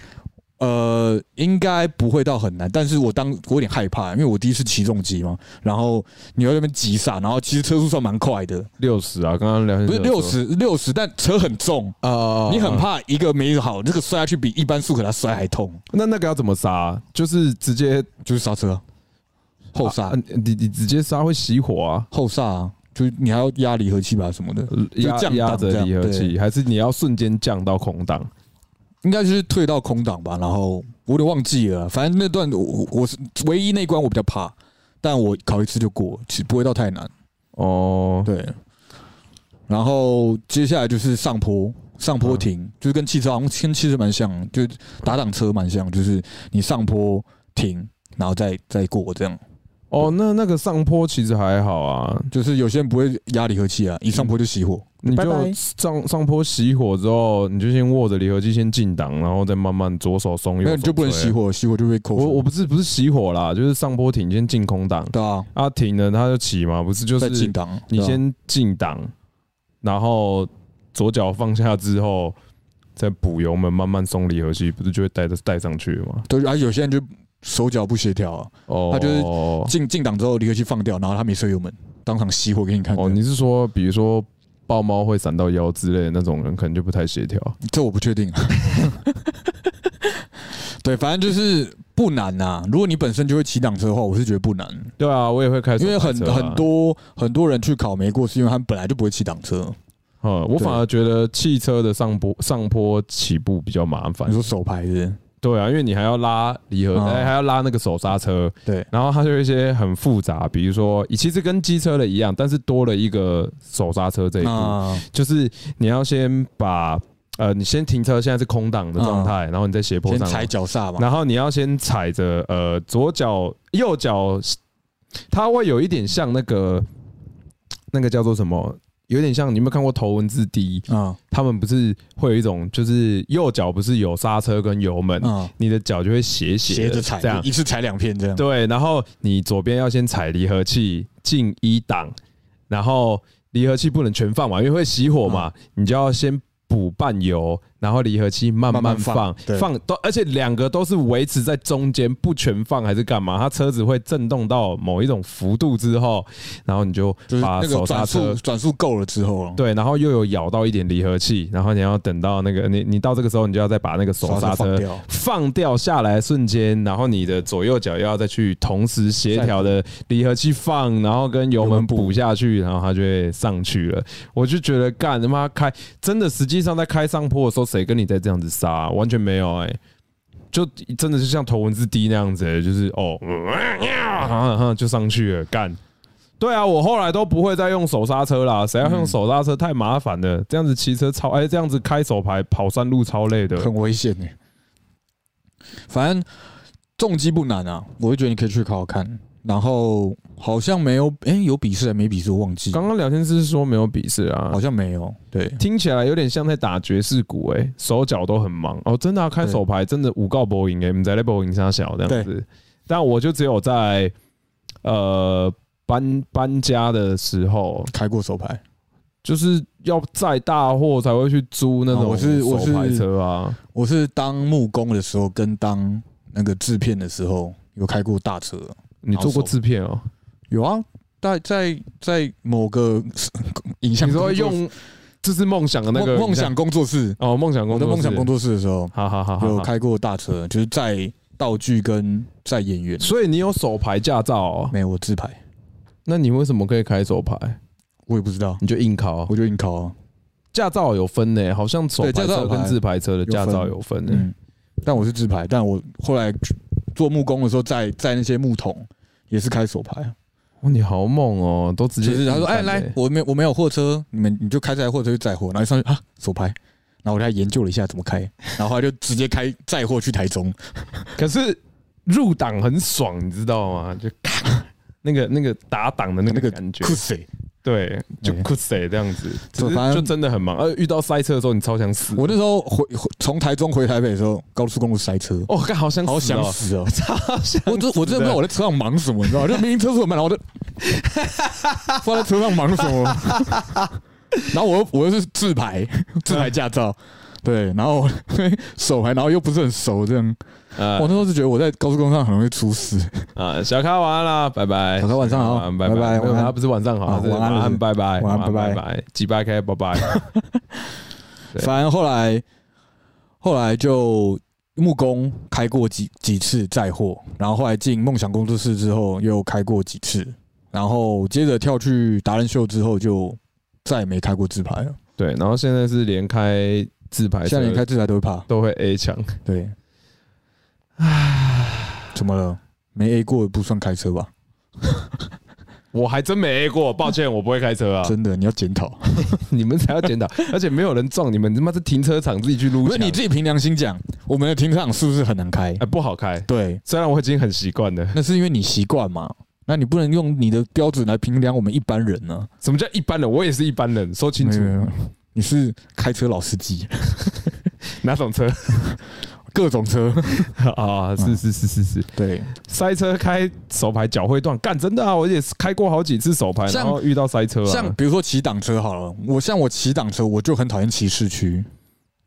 A: 呃，应该不会到很难，但是我当我有点害怕，因为我第一次骑重机嘛，然后你要在那边急刹，然后其实车速算蛮快的，
B: 六十啊，刚刚聊天
A: 不是六十哦六十，但车很重，
B: 啊，
A: 你很
B: 啊。
A: 怕一个没好，这个摔下去比一般速可达摔还痛，
B: 那那个要怎么刹？就是直接
A: 就是刹车啊，后刹
B: 啊你你直接刹会熄火啊，
A: 后刹啊，就是你还要压离合器吧什么的，就
B: 压
A: 降档
B: 压
A: 这
B: 着
A: 样
B: 离合器，还是你要瞬间降到空档？
A: 应该就是退到空档吧，然后我有点忘记了，反正那段我我我是唯一那一关我比较怕，但我考一次就过，其实不会到太难。
B: 哦，
A: 对，然后接下来就是上坡，上坡停，
B: 嗯
A: 就是跟汽车好像跟汽车蛮像，就是打挡车蛮像，就是你上坡停，然后再再过这样。
B: 哦，那那个上坡其实还好啊，
A: 就是有些人不会压离合器
B: 嗯
A: 啊，一上坡就熄火。
B: 你
A: 拜
B: 就
A: 拜
B: 上上坡熄火之后，你就先握着离合器先进档，然后再慢慢左手松，右
A: 没有
B: 手
A: 你就不能
B: 推
A: 熄。火，熄火就会扣分。
B: 啊我我不是不是熄火啦，就是上坡停先进空档，
A: 对啊，
B: 啊停了它就起嘛，不是就
A: 在进
B: 是
A: 档，
B: 你
A: 对啊
B: 先进档，然后左脚放下之后再补油门，慢慢松离合器，不是就会带着带上去了吗？
A: 对，而有些人就手脚不协调啊，
B: 哦，
A: 它就是
B: 哦
A: 进进档之后离合器放掉，然后他没吹油门，当场熄火给你看的。
B: 哦，你是说比如说抱猫会闪到腰之类的那种人，可能就不太协调。
A: 这我不确定。 对，反正就是不难呐、如果你本身就会骑挡车的话，我是觉得不难，
B: 对啊，我也会开手
A: 因为
B: 排
A: 很
B: 车啊
A: 很多很多人去考没过，是因为他们本来就不会骑挡车。
B: 嗯，我
A: 对
B: 反而觉得汽车的上坡上坡起步比较麻烦
A: 你。说手牌是不是
B: 对啊，因为你还要拉离合，
A: 嗯
B: 哎还要拉那个手刹车，
A: 对，
B: 然后它就有一些很复杂，比如说，其实跟机车的一样，但是多了一个手刹车这一步，
A: 那
B: 就是你要先把呃，你先停车，现在是空档的状态，然后你再斜坡
A: 嗯先
B: 上
A: 踩
B: 来，
A: 脚刹嘛，
B: 然后你要先踩着呃左脚右脚，它会有一点像那个那个叫做什么，有点像你有没有看过头文字 D？
A: 啊
B: 他们不是会有一种，就是右脚不是有刹车跟油门，
A: 啊，
B: 你的脚就会斜
A: 斜
B: 斜
A: 着
B: 的
A: 踩
B: 这样，
A: 一次踩两片这样。
B: 对，然后你左边要先踩离合器进一档，然后离合器不能全放嘛，因为会熄火嘛，
A: 嗯
B: 你就要先补半油，然后离合器慢
A: 慢慢
B: 慢
A: 放
B: 放，
A: 对
B: 放都，而且两个都是维持在中间，不全放还是干嘛？它车子会震动到某一种幅度之后，然后你就
A: 就是
B: 把
A: 那
B: 手
A: 个
B: 刹
A: 转
B: 车
A: 速转速够了之后，，
B: 对，然后又有咬到一点离合器，然后你要等到那个你你到这个时候，你就要再把那个手刹
A: 放
B: 车
A: 掉
B: 放掉下来的瞬间，然后你的左右脚又要再去同时协调的离合器放，然后跟油
A: 油
B: 门
A: 门补
B: 补下去，然后它就会上去了。我就觉得干他妈开真的，实际上在开上坡的时候，谁跟你在这样子刹、完全没有哎、就真的是像头文字 D 那样子、欸，就是哦，嗯啊啊就上去了，干。对啊，我后来都不会再用手刹车啦，谁要用手刹车太麻烦了，这样子骑车超哎、这样子开手牌跑山路超累的。
A: 很危险呢。反正重击不难啊，我会觉得你可以去考考看。然后好像没有，哎、有笔试还没笔试，我忘记，
B: 刚刚聊天是说没有笔试啊
A: 好，像没有。对，
B: 听起来有点像在打爵士鼓哎、手脚都很忙哦，真的、啊、开手牌真的五告波赢哎，你在那波赢啥小这样子，但我就只有在呃搬搬家的时候，
A: 开过手牌，
B: 就是要载大货才会去租那
A: 哦
B: 种
A: 我是
B: 手
A: 我是
B: 牌车啊，
A: 我是当木工的时候跟当那个制片的时候有开过大车，
B: 你做过制片哦、
A: 有啊，在在在某个影像
B: 你说
A: 工作
B: 用就是梦想的那个
A: 梦梦想工作室，
B: 哦，梦想
A: 我
B: 工
A: 的
B: 作室啊
A: 梦想工，作室的时候
B: 好好好好
A: 有
B: 好。
A: 开过大车，就是在道具跟在演员，
B: 所以你有手牌驾照哦，
A: 没有我自拍，
B: 那你为什么可以开手牌？
A: 我也不知道，
B: 你就硬考啊
A: 我就硬考啊，
B: 驾照有分呢、好像手
A: 对
B: 牌
A: 驾照
B: 车
A: 有
B: 跟
A: 牌
B: 自排车的
A: 有
B: 驾
A: 分
B: 照有分呢、
A: 嗯，但我是自排，但我后来做木工的时候载载那些木桶也是开手排啊。
B: 哇，你好猛哦，都直接欸
A: 就是他说：“哎、
B: 自办的
A: 来，我没有我没有货车，你们你就开这台货车去载货。”然后一上去啊，手牌。然后我就还研究了一下怎么开，然后后来就直接开载货去台中。
B: 可是入党很爽，你知道吗？就那个那个打档的那
A: 那
B: 个
A: 个
B: 感觉，
A: 酷欸谁？
B: 对，就
A: 对
B: 酷塞这样子，
A: 就
B: 只是
A: 嗯反正
B: 就真的很忙。呃，遇到塞车的时候，你超想死。
A: 我那时 候回回从台中回台北的时候，高速公路塞车，
B: 哦，干好想死哦
A: 好想死 哦！
B: 好想
A: 我真我真的不知道我在车上忙什么，你知道吗？就明明车速很慢，然 后我就不知道在车上忙什么。然后我又我又是自排自
B: 嗯
A: 排驾照，对，然后我 手牌，然后又不是很熟，这样。我
B: 啊
A: 那时候就觉得我在高速公路上很容易出事。
B: 啊！小咖晚安啦，拜拜。
A: 小咖晚上好
B: 小咖晚安拜
A: 拜
B: 拜。
A: 拜
B: 没有
A: 晚安
B: 他不是晚上好，
A: 啊
B: 是
A: 晚安
B: 晚
A: 是
B: 安，
A: 不是
B: 拜拜，
A: 晚安
B: 拜
A: 拜拜
B: 拜，几百 K，拜拜。 对
A: 反正后来后来就木工开过几几次载货，然后后来进梦想工作室之后又开过几次，然后接着跳去达人秀之后就再也没开过自排了。
B: 对，然后现在是连开自拍，
A: 现在连开自排都会怕，
B: 都会 A 枪。
A: 对，怎么了？没 A 过不算开车吧？
B: 我还真没 A 过，抱歉，我不会开车啊。
A: 真的，你要检讨。
B: 你们才要检讨，而且没有人撞你们，他妈是停车场自己去撸
A: 不是
B: 墙，
A: 你自己凭良心讲，我们的停车场是不是很难开？
B: 哎不好开。
A: 对，
B: 虽然我已经很习惯了，
A: 那是因为你习惯嘛。那你不能用你的标准来评量我们一般人呢、
B: 什么叫一般人？我也是一般人，说清楚
A: 没有没有你是开车老司机，
B: 哪种车
A: 各种车。
B: 啊？
A: 嗯
B: 是是是是是，
A: 对，
B: 塞车开手牌脚会断，干真的啊！我也是开过好几次手牌，
A: 像
B: 然后遇到塞车
A: 像
B: 啊，
A: 比如说骑挡车好了，我像我骑挡车，我就很讨厌骑市区，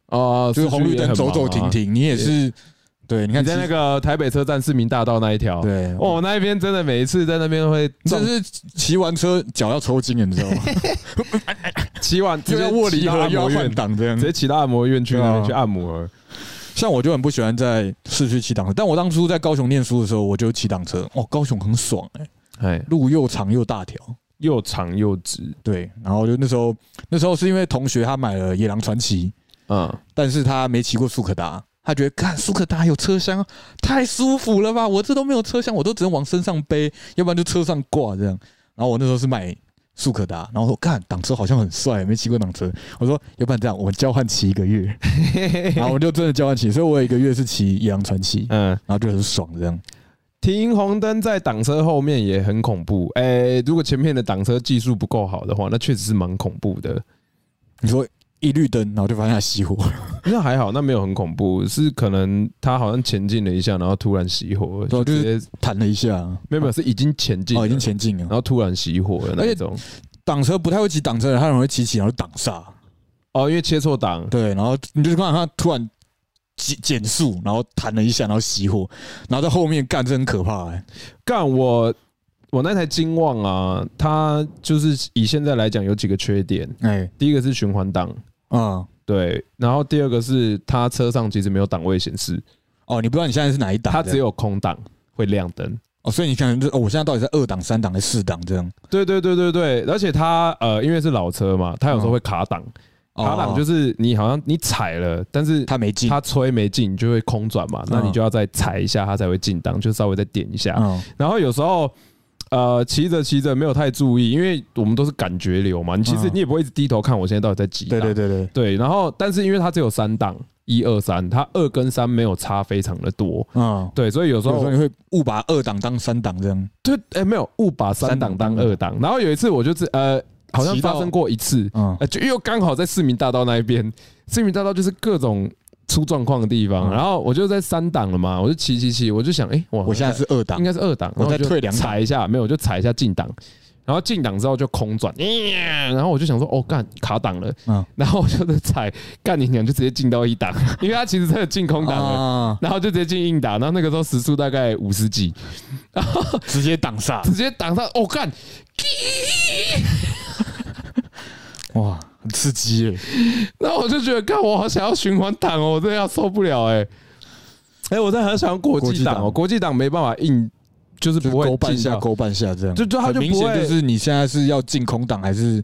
B: 啊，
A: 呃就是红绿
B: 市区也
A: 灯
B: 很
A: 走走停
B: 忙啊。
A: 停，你也是。对，你看
B: 你在
A: 骑
B: 那个台北车站市民大道那一条，
A: 对，
B: 哦，那一边真的每一次在那边会
A: 这
B: 撞
A: 是骑完车脚要抽筋，你知道 吗？
B: 骑完直
A: 又
B: 接
A: 要握
B: 骑
A: 离
B: 到
A: 合，
B: 按
A: 又要
B: 摩
A: 换
B: 院，
A: 挡这样
B: 直。接骑到按摩院去那边去
A: 对啊
B: 按摩了。
A: 像我就很不喜欢在市区骑挡车，但我当初在高雄念书的时候，我就骑挡车。哦，高雄很爽哎、
B: 哎，
A: 路又长又大条。
B: 又长又直，
A: 对，然后就那时候，那时候是因为同学他买了野狼传奇，
B: 嗯，
A: 但是他没骑过苏可达，他觉得看苏可达有车厢，啊太舒服了吧？我这都没有车厢，我都只能往身上背，要不然就车上挂这样。然后我那时候是买苏可达，然后说看挡车好像很帅，没骑过挡车。我说要不然这样，我们交换骑一个月，然后我们就真的交换骑，所以我有一个月是骑野狼传奇，
B: 嗯，
A: 然后就很爽这样。
B: 停红灯在挡车后面也很恐怖。哎、如果前面的挡车技术不够好的话，那确实是蛮恐怖的。
A: 你说一绿灯，然后就发现他熄火，
B: 那还好，那没有很恐怖，是可能他好像前进了一下，然后突然熄火，
A: 对啊就是
B: 直接
A: 弹了一下，
B: 没有没有是已经前进了，
A: 哦，已经前进
B: 然
A: 了。
B: 后突然熄火了那种。
A: 挡车不太会骑挡车的，他很容易骑骑，然后挡煞。
B: 哦，因为切错档，
A: 对，然后你就看到他突然减减速，然后弹了一下，然后熄火，然后在后面干，这很可怕哎、
B: 干我我那台金旺啊，它就是以现在来讲有几个缺点，
A: 哎、
B: 第一个是循环档，
A: 嗯，
B: 对，然后第二个是它车上其实没有档位显示，
A: 哦，你不知道你现在是哪一档，
B: 它只
A: 有
B: 有空档会亮灯。
A: 哦，所以你可能就哦，我现在到底是二档、三档还是四档这样？
B: 对对对对对，而且它呃，因为是老车嘛，它有时候会卡档，
A: 嗯哦
B: 卡档就是你好像你踩了，但是
A: 他没进，
B: 它吹没进，你就会空转嘛，那
A: 嗯
B: 你就要再踩一下，它才会进档，就稍微再点一下。
A: 嗯，
B: 然后有时候呃，骑着骑着没有太注意，因为我们都是感觉流嘛，你其实
A: 嗯
B: 你也不会一直低头看我现在到底在几档。
A: 对对对对，
B: 对，然后但是因为它只有三档，一二三，它二跟三没有差非常的多。
A: 嗯，
B: 对，所以有时
A: 有时
B: 候
A: 候你会误把二档当三档这样，
B: 对，哎、没有误把三档当二档。然后有一次我就是呃，好像
A: 骑
B: 发
A: 到
B: 生过一次，
A: 嗯
B: 呃，就又刚好在市民大道那一边，市民大道就是各种出状况的地方。
A: 嗯
B: 然后我就在三档了嘛，我就骑骑骑，我就想，哎、我
A: 我现在是二档
B: 应，该是二档，
A: 我再
B: 然后就
A: 退两档
B: 踩一下，没有，我就踩一下进档。然后进档之后就空转，然后我就想说，哦，干卡档了，
A: 嗯，
B: 然后我就在踩，干你娘就直接进到一档，因为它其实真的进空档了，
A: 啊，
B: 然后就直接进硬档，然后那个时候时速大概五十几，
A: 直接挡煞，
B: 直接挡上，哦干，
A: 哇，很刺激耶、
B: 然后我就觉得，干我好想要循环档哦，我真的要受不了哎、哎，我真的很想要国际档哦，国际档没办法硬，就是
A: 就是
B: 不会
A: 勾半
B: 进
A: 下，
B: 到
A: 勾半下这样，
B: 就就他
A: 很
B: 就
A: 明
B: 不
A: 显
B: 会
A: 就是你现在是要进空档还是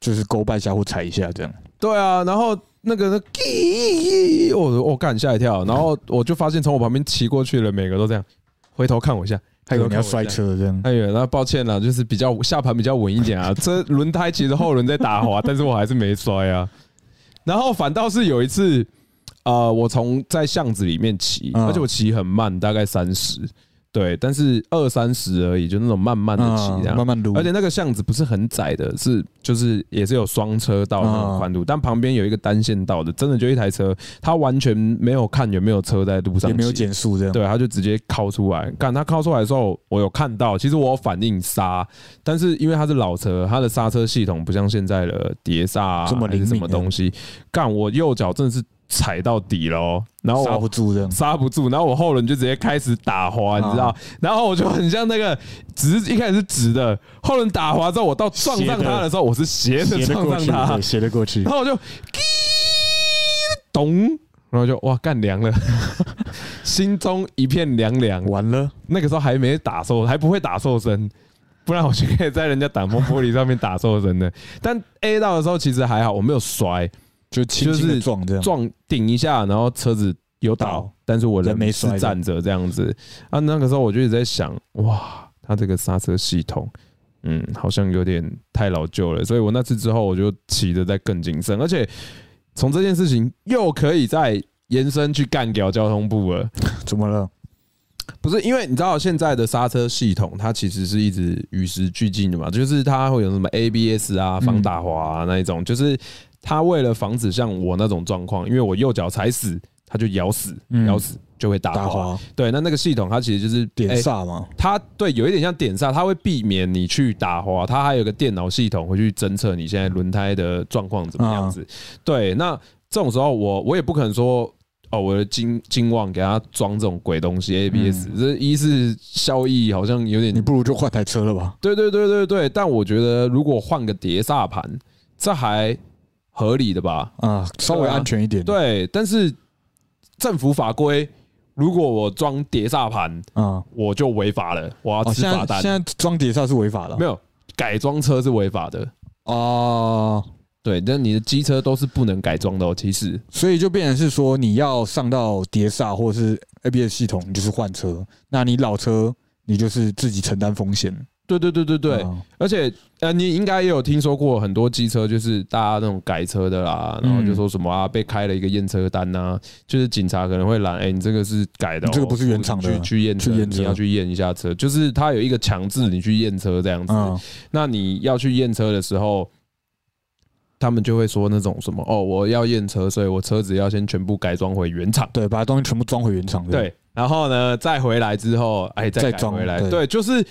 A: 就是勾半下或踩一下这样。
B: 对啊，然后那个那叽，我我干吓一跳，然后我就发现从我旁边骑过去了，每个都这样回头看我一下，
A: 还有你要
B: 回头看我
A: 摔
B: 一下。
A: 车这样，
B: 哎呦，那抱歉啦，就是比较下盘比较稳 一点啊。这轮胎其实后轮在打滑， 但是我还是没摔啊。然后反倒是有一次，呃，我从在巷子里面骑，
A: 嗯
B: 而且我骑很慢，大概三十，对，但是二三十而已，就那种慢慢的骑
A: 嗯
B: 这样
A: 慢。慢撸，
B: 而且那个巷子不是很窄的，是就是也是有双车道那种
A: 嗯
B: 宽度，但旁边有一个单线道的，真的就一台车，他完全没有看有没有车在路上，
A: 也没有，减速这样，
B: 对，他就直接靠出来。干他靠出来的时候，我有看到，其实我有反应刹，但是因为他是老车，他的刹车系统不像现在的碟刹、啊、
A: 这么灵敏
B: 还是什么
A: 啊
B: 东西，干我右脚真的是踩到底了哦，然后
A: 刹
B: 我
A: 不住这样，
B: 刹不住，然后我后轮就直接开始打滑，你知
A: 啊
B: 道？然后我就很像那个直一开始是直的，后轮打滑之后，我到撞上他的时候，我是斜着
A: 斜得
B: 撞
A: 过
B: 上
A: 去，
B: 他
A: 对，斜得过去
B: 然，后我就，滴咚，然后就哇干凉了， 心中一片凉凉。
A: 完了，
B: 那个时候还没打瘦，还不会打瘦身，不然我就可以在人家挡风玻璃上面打瘦身的。但 A 到的时候其实还好，我没有摔，
A: 就轻轻
B: 就是
A: 的撞这样，
B: 撞顶一下，然后车子有倒
A: 啊倒，
B: 但是我人
A: 人没摔
B: 是
A: 的
B: 站着这样子。啊，那个时候我就一直在想，哇，他这个刹车系统，嗯，好像有点太老旧了。所以我那次之后，我就骑的再更谨慎，而且从这件事情又可以再延伸去干掉交通部了。
A: 怎么了？
B: 不是因为你知道现在的刹车系统，它其实是一直与时俱进的嘛，就是它会有什么 ABS
A: 嗯
B: 啊、防打滑、啊、那一种，就是它为了防止像我那种状况，因为我右脚踩死，它就咬死，
A: 嗯
B: 咬死就会打滑。哎
A: 打滑
B: 对，那那个系统它其实就是
A: 点
B: 哎
A: 刹嘛，
B: 它对有一点像点刹，它会避免你去打滑，它还有个电脑系统会去侦测你现在轮胎的状况怎么样
A: 啊
B: 子。对，那这种时候我我也不可能说。哦，我的金金旺给它装这种鬼东西 ABS，、这一是效益好像有点
A: 嗯你不如就换台车了吧？
B: 对对对对对，但我觉得如果换个碟刹盘，这还合理的吧？
A: 啊，稍微
B: 对啊
A: 安全一点，，
B: 对，但是政府法规，如果我装碟刹盘，
A: 啊，
B: 我就违法了，我要
A: 哦，
B: 吃
A: 现
B: 罚
A: 在
B: 单。
A: 现在装碟刹是违法的
B: 没有改装车是违法的，
A: 哦，
B: 对，但你的机车都是不能改装的哦。其实
A: 所以就变成是说，你要上到碟刹或者是 ABS 系统，你就是换车；那你老车，你就是自己承担风险。
B: 对对对对对，
A: 啊
B: 而且呃，你应该也有听说过很多机车，就是大家那种改车的啦，然后就说什么啊，被开了一个验车单呐、就是警察可能会拦，哎，你这个是改的哦、
A: 你这个不是原厂的啊
B: 去去验车，
A: 去验车
B: 你要去验一下车，就是他有一个强制你去验车这样子。
A: 嗯，
B: 那你要去验车的时候，他们就会说那种什么哦，我要验车，所以我车子要先全部改装回原厂。
A: 对，把东西全部装回原厂。
B: 对，然后呢，再回来之后，哎，
A: 嗯
B: 再
A: 再
B: 改
A: 装
B: 回来，
A: 对
B: 对，就是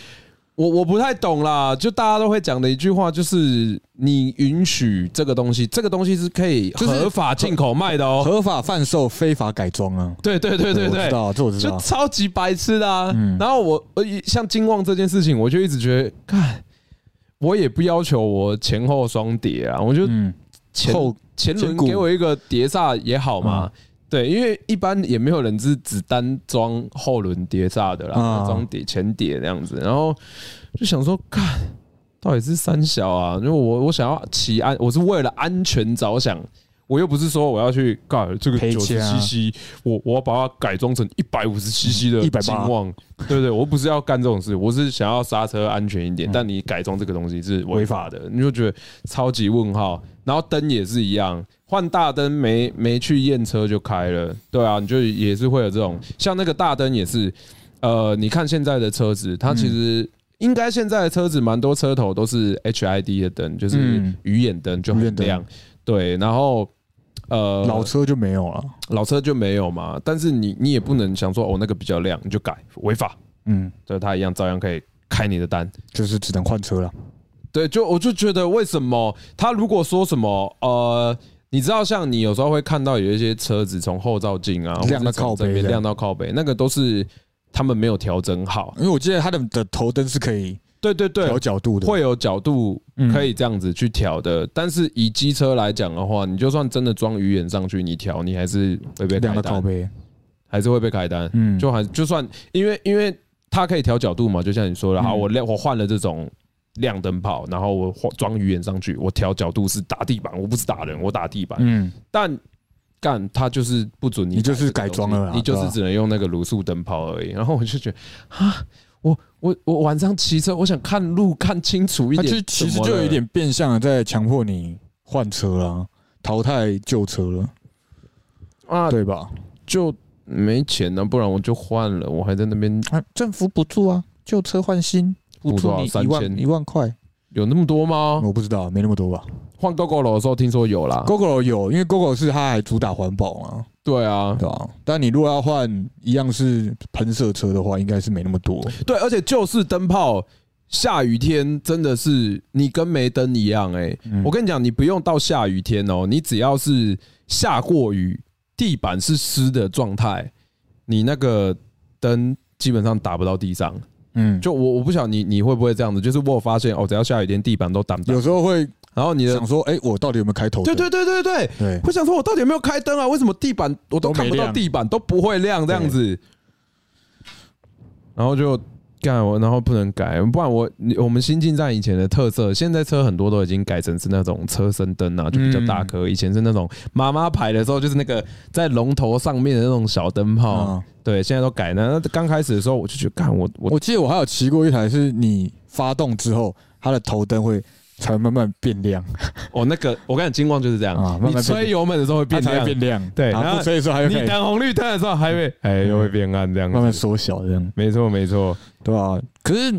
B: 我我不太懂啦，就大家都会讲的一句话，就是你允许这个东西，这个东西是可以
A: 就是
B: 合法进口卖的
A: 不
B: 哦
A: 对，。合法贩售，非法改装啊。
B: 对对对对
A: 我知
B: 对，
A: 道，这我知
B: 就
A: 道。
B: 超级白痴的啊。
A: 嗯
B: 然后我我一像金旺这件事情，我就一直觉得，看我也不要求我前后双碟啊，我就
A: 嗯，
B: 前
A: 后嗯
B: 前轮
A: 前鼓
B: 给我一个碟刹也好嘛。对，因为一般也没有人是只单装后轮碟刹的啦，
A: 啊
B: 装碟前碟那样子。然后就想说，看到底是三小啊？因为我我想要骑安，我是为了安全着想，我又不是说我要去干这个
A: 赔
B: 九
A: 钱
B: 十
A: 啊
B: cc，我我要把它改装成一百五十 cc 的
A: 180
B: 金旺。对对，我不是要干这种事，我是想要刹车安全一点。
A: 嗯
B: 但你改装这个东西是违法的，你就觉得超级问号。然后灯也是一样，换大灯没没去验车就开了，对啊，你就也是会有这种，像那个大灯也是，呃，你看现在的车子，它其
A: 嗯
B: 实。应该现在的车子蛮多车头都是 HID 的灯，就是
A: 嗯
B: 鱼眼灯就
A: 鱼
B: 很
A: 眼灯
B: 亮，对，然后呃
A: 老车就没有了。
B: 老车就没有嘛，但是你你也不能想说哦那个比较亮你就改违法，
A: 嗯，
B: 对，他一样照样可以开你的单。
A: 就是只能换车了。
B: 对，就我就觉得为什么他如果说什么呃，你知道像你有时候会看到有一些车子从后照镜啊
A: 亮到
B: 或者从
A: 靠背
B: 这边
A: 这样
B: 亮到靠背，那个都是他们没有调整好。
A: 因为我记得它的的头灯是可以
B: 对对对，
A: 调角度的，
B: 会有角度
A: 嗯
B: 可以这样子去调的，但是以机车来讲的话，你就算真的装鱼眼上去，你调你还是会被
A: 亮
B: 开
A: 到靠
B: 单，
A: 背。
B: 还是会被开单。
A: 嗯，
B: 就还就算因为因为它可以调角度嘛，就像你说的，好，
A: 嗯
B: 我亮我换了这种亮灯泡，然后我画装鱼眼上去，我调角度是打地板，我不是打人，我打地板。
A: 嗯，
B: 但干他就是不准你，
A: 你就是改装了啦啊
B: 你就
A: 对
B: 是
A: 吧
B: 只能用那个卤素灯泡而已。然后我就觉得啊，我我我晚上骑车，我想看路看清楚一
A: 他
B: 点，
A: 就其实
B: 怎么
A: 就
B: 了
A: 有一点变相的在强迫你换车啦，淘汰旧车了，
B: 啊，
A: 对吧？
B: 就没钱呢、不然我就换了，我还在那边
A: 啊，政府补助啊，旧车换新补
B: 补多
A: 助
B: 少
A: 你一
B: 3000
A: 万一万块，
B: 有那么多吗？
A: 我不知道，没那么多吧
B: 换 GoGo 楼的时候听说有啦，
A: ？GoGo 有，因为 GoGo 是它还主打环保嘛，
B: 对啊，
A: 对吧、但你如果要换一样是喷射车的话，应该是没那么多。
B: 对，而且就是灯泡，下雨天真的是你跟没灯一样哎、
A: 嗯
B: 我跟你讲，你不用到下雨天哦，你只要是下过雨，地板是湿的状态，你那个灯基本上打不到地上。
A: 嗯，就
B: 就我我不晓得你你会不会这样子，就是我有发现哦，只要下雨天地板都挡不到
A: 有，时候会
B: 然后你的
A: 想说，哎，我到底有没有开头
B: 对
A: 灯？
B: 对对对对，
A: 对
B: 会想说我到底有没有开灯啊？为什么地板我都
A: 都没
B: 看不到
A: 亮
B: 地板都不会亮这样子？然后就干我，然后不能改，不然我你我们新进站以前的特色，现在车很多都已经改成是那种车身灯啊，就比较大颗。以前是那种妈妈牌的时候，就是那个在龙头上面的那种小灯泡，
A: 嗯
B: 对，现在都改了。那刚开始的时候我就觉得，干我我
A: 我记得我还有骑过一台，是你发动之后，它的头灯会才慢慢变亮，
B: 我哦那个我跟你讲金光就是这样，
A: 啊慢慢
B: 你
A: 变
B: 吹油门的时候会
A: 它
B: 变
A: 才会
B: 亮，
A: 变亮。
B: 对
A: 然
B: 然
A: 后
B: 后
A: 不吹的时候还会
B: 你
A: 开始
B: 等红绿灯的时候还会哎又会变暗这样
A: 慢慢
B: 子。
A: 缩小这样。
B: 没错没错，
A: 对啊，可是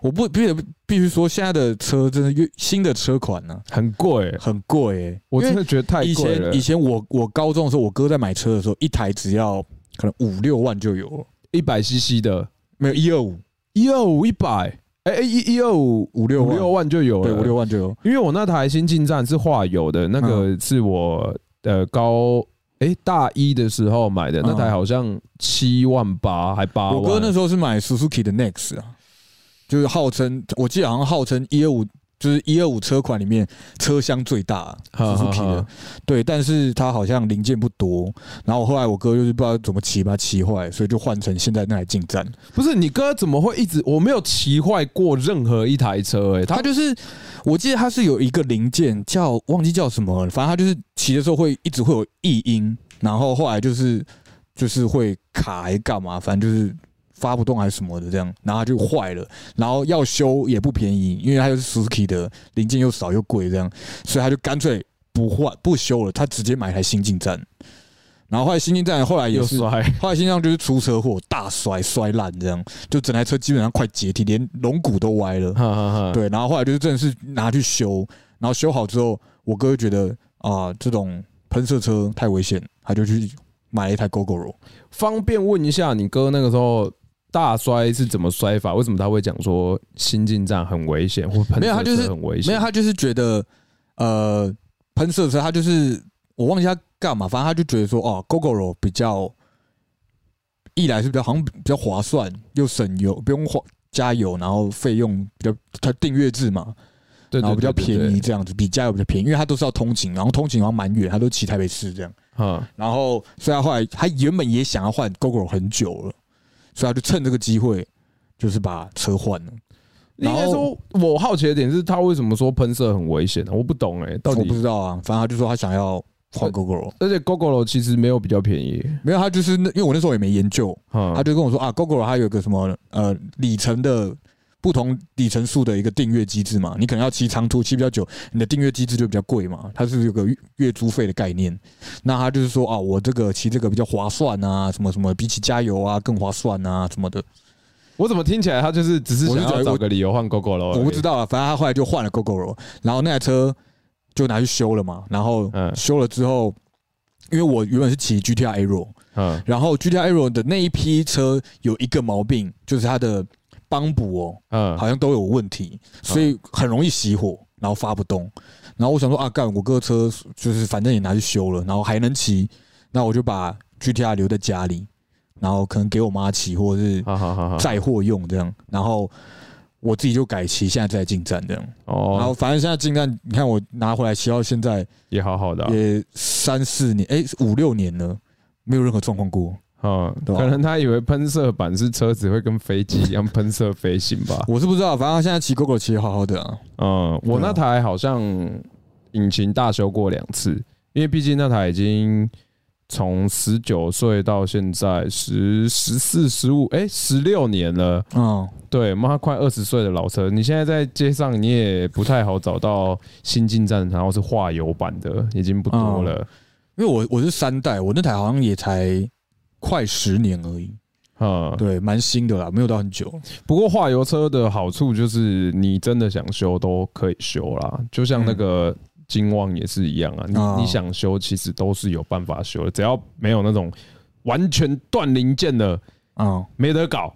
A: 我不必得必须说，现在的车真的越新的车款呢、
B: 很贵、
A: 很贵耶、
B: 我
A: 因为
B: 真的觉得太
A: 以
B: 贵了
A: 前以，前我我高中的时候，我哥在买车的时候，一台只要可能五六万就有了，
B: 一百 CC 的，
A: 没有一二五
B: 一二五一百，哎一一二五
A: 五六
B: 五
A: 万，
B: 六万就有
A: 对
B: 了，
A: 五六万就有。
B: 因为我那台新进站是化油的，那
A: 嗯
B: 个是我呃高哎大一的时候买的，
A: 嗯
B: 那台好像七万八还八万，
A: 我哥那时候是买 Suzuki 的 Next 啊，就是号称我记得好像号称一二五。就是一二五车款里面车厢最大
B: 哈哈哈
A: ，Suzuki 的，对，但是它好像零件不多。然后后来我哥就是不知道怎么骑，把它骑坏，所以就换成现在那台进站。
B: 不是你哥怎么会一直我没有骑坏过任何一台车哎、
A: 它
B: 他
A: 就是，我记得它是有一个零件叫忘记叫什么了，反正它就是骑的时候会一直会有异音，然后后来就是就是会卡还干嘛，反正就是发不动还是什么的这样，然后它就坏了，然后要修也不便宜，因为它又是 Suzuki 的零件又少又贵这样，所以他就干脆不换不修了，他直接买一台新进站，然后后来新进站后来也
B: 又
A: 是
B: 摔，
A: 后来新上就是出车祸，大摔摔烂这样，就整台车基本上快解体，连龙骨都歪了。
B: 哈哈哈，
A: 对，然后后来就是真的是拿去修，然后修好之后，我哥就觉得啊、这种喷射车太危险，他就去买了一台 GoGoRo。
B: 方便问一下，你哥那个时候大摔是怎么摔法？为什么他会讲说新进站很危险，或喷
A: 没有他
B: 射
A: 就是
B: 车很危
A: 没
B: 险？
A: 有，他就是觉得呃，喷射车他就是我忘记他干嘛，反正他就觉得说哦，GoGoRo 比较一来是比较好像比较划算，又省油，不用花加油，然后费用比较它订阅制嘛，
B: 对
A: 然后
B: 对，
A: 比较
B: 对对
A: 便
B: 对
A: 宜这样子，比加油比较便宜，因为他都是要通勤，然后通勤好像蛮远，他都骑台北市这样。
B: 嗯，
A: 然后所以他后来他原本也想要换 GoGo 很久了，所以他就趁这个机会就是把车换了。
B: 应
A: 然后
B: 该说，我好奇的点是他为什么说喷射很危险呢？我不懂哎、到
A: 我不
B: 底。
A: 知道啊，反正他就说他想要 换 GoGo，
B: 而且 GoGo 其实没有比较便宜，
A: 没有他就是那因为我那时候也没研究，
B: 嗯，
A: 他就跟我说啊，GoGo 它有一个什么呃里程的。不同里程数的一个订阅机制嘛，你可能要骑长途骑比较久，你的订阅机制就比较贵嘛，它是有个月月租费的概念。那他就是说啊，我这个骑这个比较划算啊，什么什么，比起加油啊更划算啊什么的。
B: 我怎么听起来他就是只是
A: 我
B: 想
A: 是觉
B: 要
A: 得
B: 找
A: 我
B: 哦个理由换 GoGo 了？
A: 我不知，道啊，反正他后来就换了 GoGoRo，然后那台车就拿去修了嘛，然后
B: 嗯
A: 修了之后，因为我原本是骑 GTR Aero，
B: 嗯，
A: 然后 GTR Aero 的那一批车有一个毛病，就是它的帮补哦，
B: 嗯，
A: 好像都有问题，所以很容易熄火，然后发不动。然后我想说啊，干我哥车就是反正也拿去修了，然后还能骑，那我就把 GTR 留在家里，然后可能给我妈骑，或者是
B: 好好好好，
A: 载货用这样，然后我自己就改骑，现在在进站这样。然后
B: 哦，
A: 反正现在进站，你看我拿回来骑到现在
B: 也好好的啊，
A: 也三四年，哎五六年了，没有任何状况过。
B: 啊，
A: 对啊
B: 可能他以为喷射板是车子会跟飞机一样喷射飞行吧。
A: 我是不知道，反正他现在骑 GoGo 骑得好好的啊，
B: 嗯，我那台好像引擎大修过两次，因为毕竟那台已经从十九岁到现在十十四十五，哎，十六年了。
A: 嗯，
B: 对，妈快二十岁的老车，你现在在街上你也不太好找到新进站，然后是化油版的，已经不多了。
A: 因为我我是三代，我那台好像也才快十年而已，
B: 嗯，
A: 对，蛮新的啦，没有到很久。
B: 不过化油车的好处就是，你真的想修都可以修啦，就像那个金旺也是一样啊，
A: 嗯哦
B: 你你想修其实都是有办法修的，只要没有那种完全断零件的
A: 嗯，
B: 没得搞，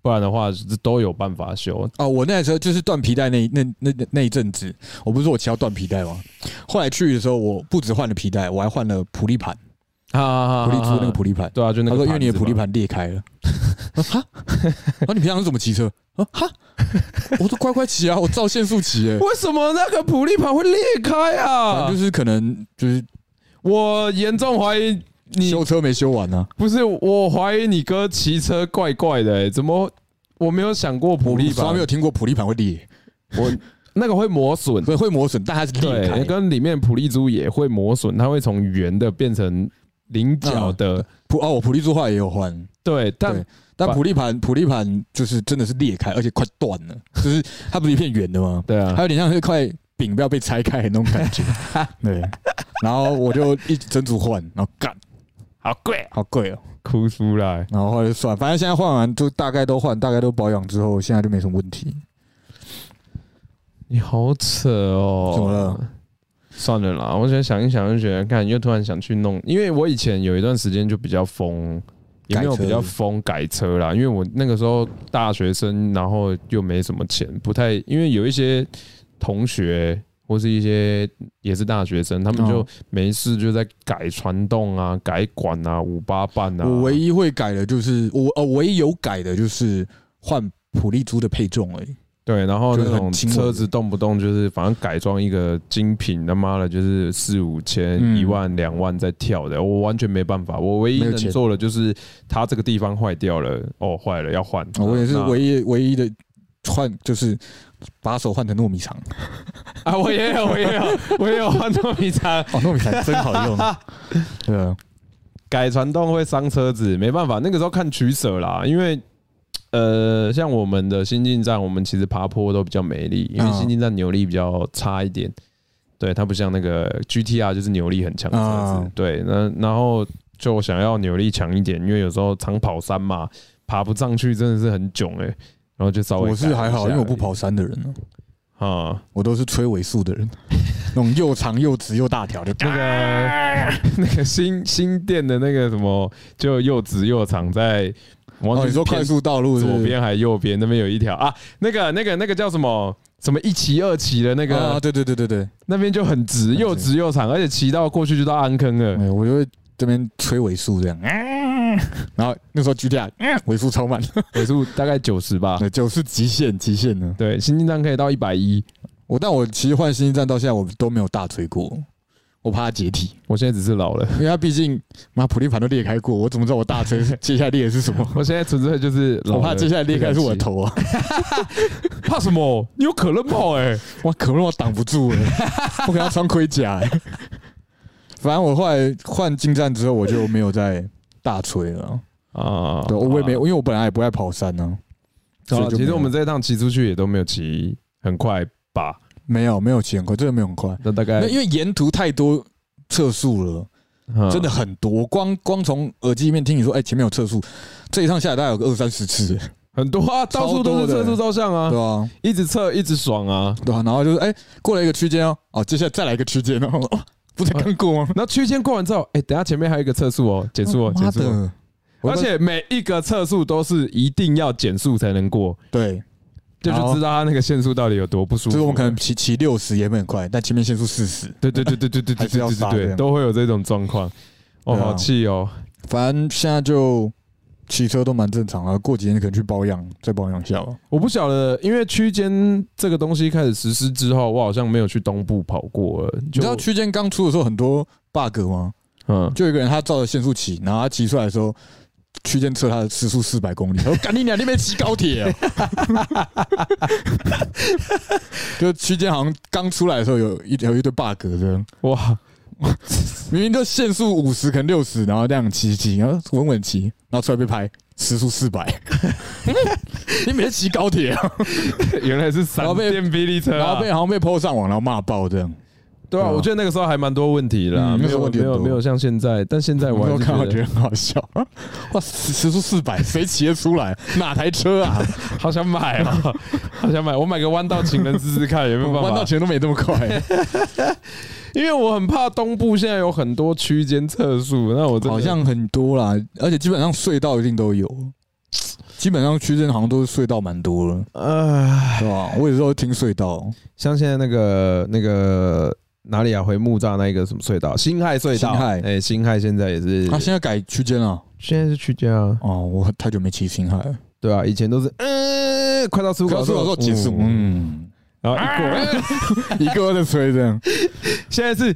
B: 不然的话是都有办法修。
A: 哦，我那台车就是断皮带那一那那那那一阵子，我不是说我骑到断皮带吗？后来去的时候，我不止换了皮带，我还换了普利盘，
B: 啊
A: 普利珠那个普利盘。
B: 对啊，就那
A: 他
B: 个
A: 说：“因为你的
B: 盘子
A: 普利
B: 嘛，
A: 盘裂开 了。”我 说哈，然后你平常是怎么骑车？啊哈， 我说乖乖骑啊，我照限速骑诶。
B: 为什么那个普利盘会裂开
A: 反
B: 啊
A: 正就？是可能就是
B: 我严重怀疑你
A: 修车没修完啊，
B: 不是，我怀疑你哥骑车怪怪的、欸，怎么我没有想过普利
A: 我从来
B: 盘
A: 没有？听过普利盘会裂，
B: 我那个会磨损，
A: 所以会磨损，但它是裂
B: 对，
A: 开。
B: 跟里面普利珠也会磨损，它会从圆的变成菱角的，
A: 普哦，我普利珠话也有换，
B: 对，但
A: 对但
B: 把
A: 普利盘普利盘就是真的是裂开，而且快断了，就是它不是一片圆的吗？
B: 对
A: 它
B: 啊，
A: 有点像是块饼不要被拆开的那种感 觉。对，然后我就一整组换，然后干，
B: 好贵，
A: 好贵哦。
B: 哭出来。
A: 然后后来就算，反正现在换完就大概都换，大概都保养之后，现在就没什么问题。
B: 你好扯哦！
A: 怎么了？
B: 算了啦，我现在想一想就觉得，看又突然想去弄，因为我以前有一段时间就比较疯，也没有
A: 改车
B: 比较疯改车啦，因为我那个时候大学生，然后又没什么钱，不太因为有一些同学或是一些也是大学生，他们就
A: 哦
B: 没事就在改传动啊、改管啊、五八半啊。
A: 我唯一会改的就是我哦，唯一有改的就是换普利珠的配重而已。
B: 对，然后
A: 就
B: 那
A: 是
B: 种
A: 很轻微的
B: 车子动不动就是，反正改装一个精品，他妈的就是四五千、
A: 嗯
B: 一万、两万在跳的，我完全没办法。我唯一
A: 没有
B: 能
A: 钱
B: 做的就是，它这个地方坏掉了，哦，坏了要换。
A: 我也是
B: 那
A: 唯一唯一的换，就是把手换成糯米肠。
B: 啊，我也有，我也有，我也有换糯 米肠。
A: 哦，糯米肠真好 用。对啊，
B: 改传动会伤车子，没办法，那个时候看取舍啦，因为。呃，像我们的新进站，我们其实爬坡都比较没力，因为
A: 嗯
B: 新进站扭力比较差一点。对，它不像那个 GTR，就是扭力很强的车子
A: 嗯。
B: 对，那然后就想要扭力强一点，因为有时候长跑山嘛，爬不上去真的是很囧哎、然后就稍微
A: 我是
B: 改
A: 还
B: 一
A: 好，
B: 下
A: 因为我不
B: 而已
A: 跑山的人啊，
B: 啊、
A: 我都是吹尾速的人， 那种又长又直又大 条的。
B: 那个 那个新新店的那个什么，就又直又长在，我忘
A: 哦，
B: 记
A: 你
B: 是
A: 说
B: 偏
A: 快速道路是不是
B: 左边还右边那边有一条啊，那个那个那个叫什么什么一骑二骑的那个，
A: 啊？对对对对对，
B: 那边就很直，
A: 很直
B: 又直又长，而且骑到过去就到安坑了。
A: 哎，我就会这边吹尾速这样，嗯然后那时候 GTR 嗯尾速超慢，
B: 尾数大概九十吧，
A: 对，就是极限极限呢。
B: 对，新进站可以到一百一，
A: 我但我其实换新一站到现在我都没有大吹过，我怕它解体，
B: 我现在只是老了，
A: 因为它毕竟妈普利盘都裂开过，我怎么知道我大吹接下来裂的是什么？
B: 我现在纯粹就是 老了。
A: 我怕接下来裂开是我的头啊！
B: 不敢骑，怕什么？你有可乐泡哎、
A: 哇，可能我挡不 住了，我可能要穿盔甲、欸。反正我后来换进站之后，我就没有再大吹了啊。
B: 啊！
A: 对，我也没，
B: 有。
A: 因为我本来也不爱跑山呢、啊。所以就
B: 其
A: 没
B: 实
A: 有
B: 我们这一趟骑出去也都没有骑很快吧，
A: 没有没有骑很快，真的没有很快。
B: 那大概
A: 那因为沿途太多测速了，
B: 为
A: 真的很多。我光光从耳机里面听你说，哎、前面有测速，这一趟下来大概有个二三十次，
B: 很多啊，到处都是测速照相啊
A: 对，啊，
B: 一直测一直爽啊。
A: 对啊。然后就是，哎、过了一个区间哦，哦，接下来再来一个区间哦， 哇不才刚过吗？
B: 那区间过完之后，哎、等一下前面还有一个测速哦，减速哦，
A: 妈
B: 减速、哦。
A: 的，我
B: 而且每一个测速都是一定要减速才能过，
A: 对，
B: 这就知道他那个限速到底有多不舒服。
A: 就是我们可能骑骑六十也没很快，但前面限速四十，
B: 对对对对对对对
A: 还是要
B: 对
A: 杀
B: 对
A: 这
B: 对，
A: 样
B: 都会有这种状况。
A: 对
B: 哦，
A: 啊
B: 好气哦！
A: 反正现在就骑车都蛮正常啊。过几天可能去保养，再保养一下吧。
B: 我不晓得，因为区间这个东西开始实施之后，我好像没有去东部跑过了。
A: 你
B: 就
A: 知道区间刚出的时候很多 bug 吗？
B: 嗯，
A: 就有一个人他照着限速骑，然后他骑出来的时候，区间测它的时速四百公里， 我说干你娘，你没骑高铁啊！ 就区间好像刚出来的时候有一有一堆 bug 这样，
B: 哇，
A: 明明就限速五十，可能六十，然后这样骑骑，然后稳稳骑，然后出来被拍，时速四百， 你没骑高铁啊？
B: 原来是闪电霹雳车、啊，
A: 然后被好像被 PO 上网，然后骂爆这样。
B: 对啊，
A: 对啊
B: 我觉得那个时候还蛮多问题啦，
A: 嗯那
B: 没
A: 时候
B: 有
A: 问题
B: 没
A: 很多
B: 有没有像现在，但现哎在我
A: 我
B: 还
A: 有
B: 是
A: 看，我
B: 觉
A: 觉得很好笑。 哇，时时速四百，谁骑得出来？哪台车 啊？
B: 得好想买啊、 好想买，我买个弯道情人试试看有没有办
A: 弯道
B: 法，
A: 全都没这么快，
B: 因为我很怕东部现在有很多区间测速，那我真的
A: 好像很多啦，而且基本上隧道一定都有，基本上区间好像都是隧道蛮多了，
B: 呃，
A: 对吧？我有时候听隧道，
B: 像现在那个那个哪里啊，回木栅那一个什么隧道，新海隧道，
A: 新海
B: 哎，新海现在也是，
A: 他啊现在改区间了。
B: 现在是区间啊，
A: 哦，我太久没骑青海了，
B: 对啊，以前都是嗯，快到出口
A: 告
B: 的
A: 诉
B: 时候
A: 我说结束，，嗯，
B: 然后一过。
A: 一个个在吹这样，
B: 现在是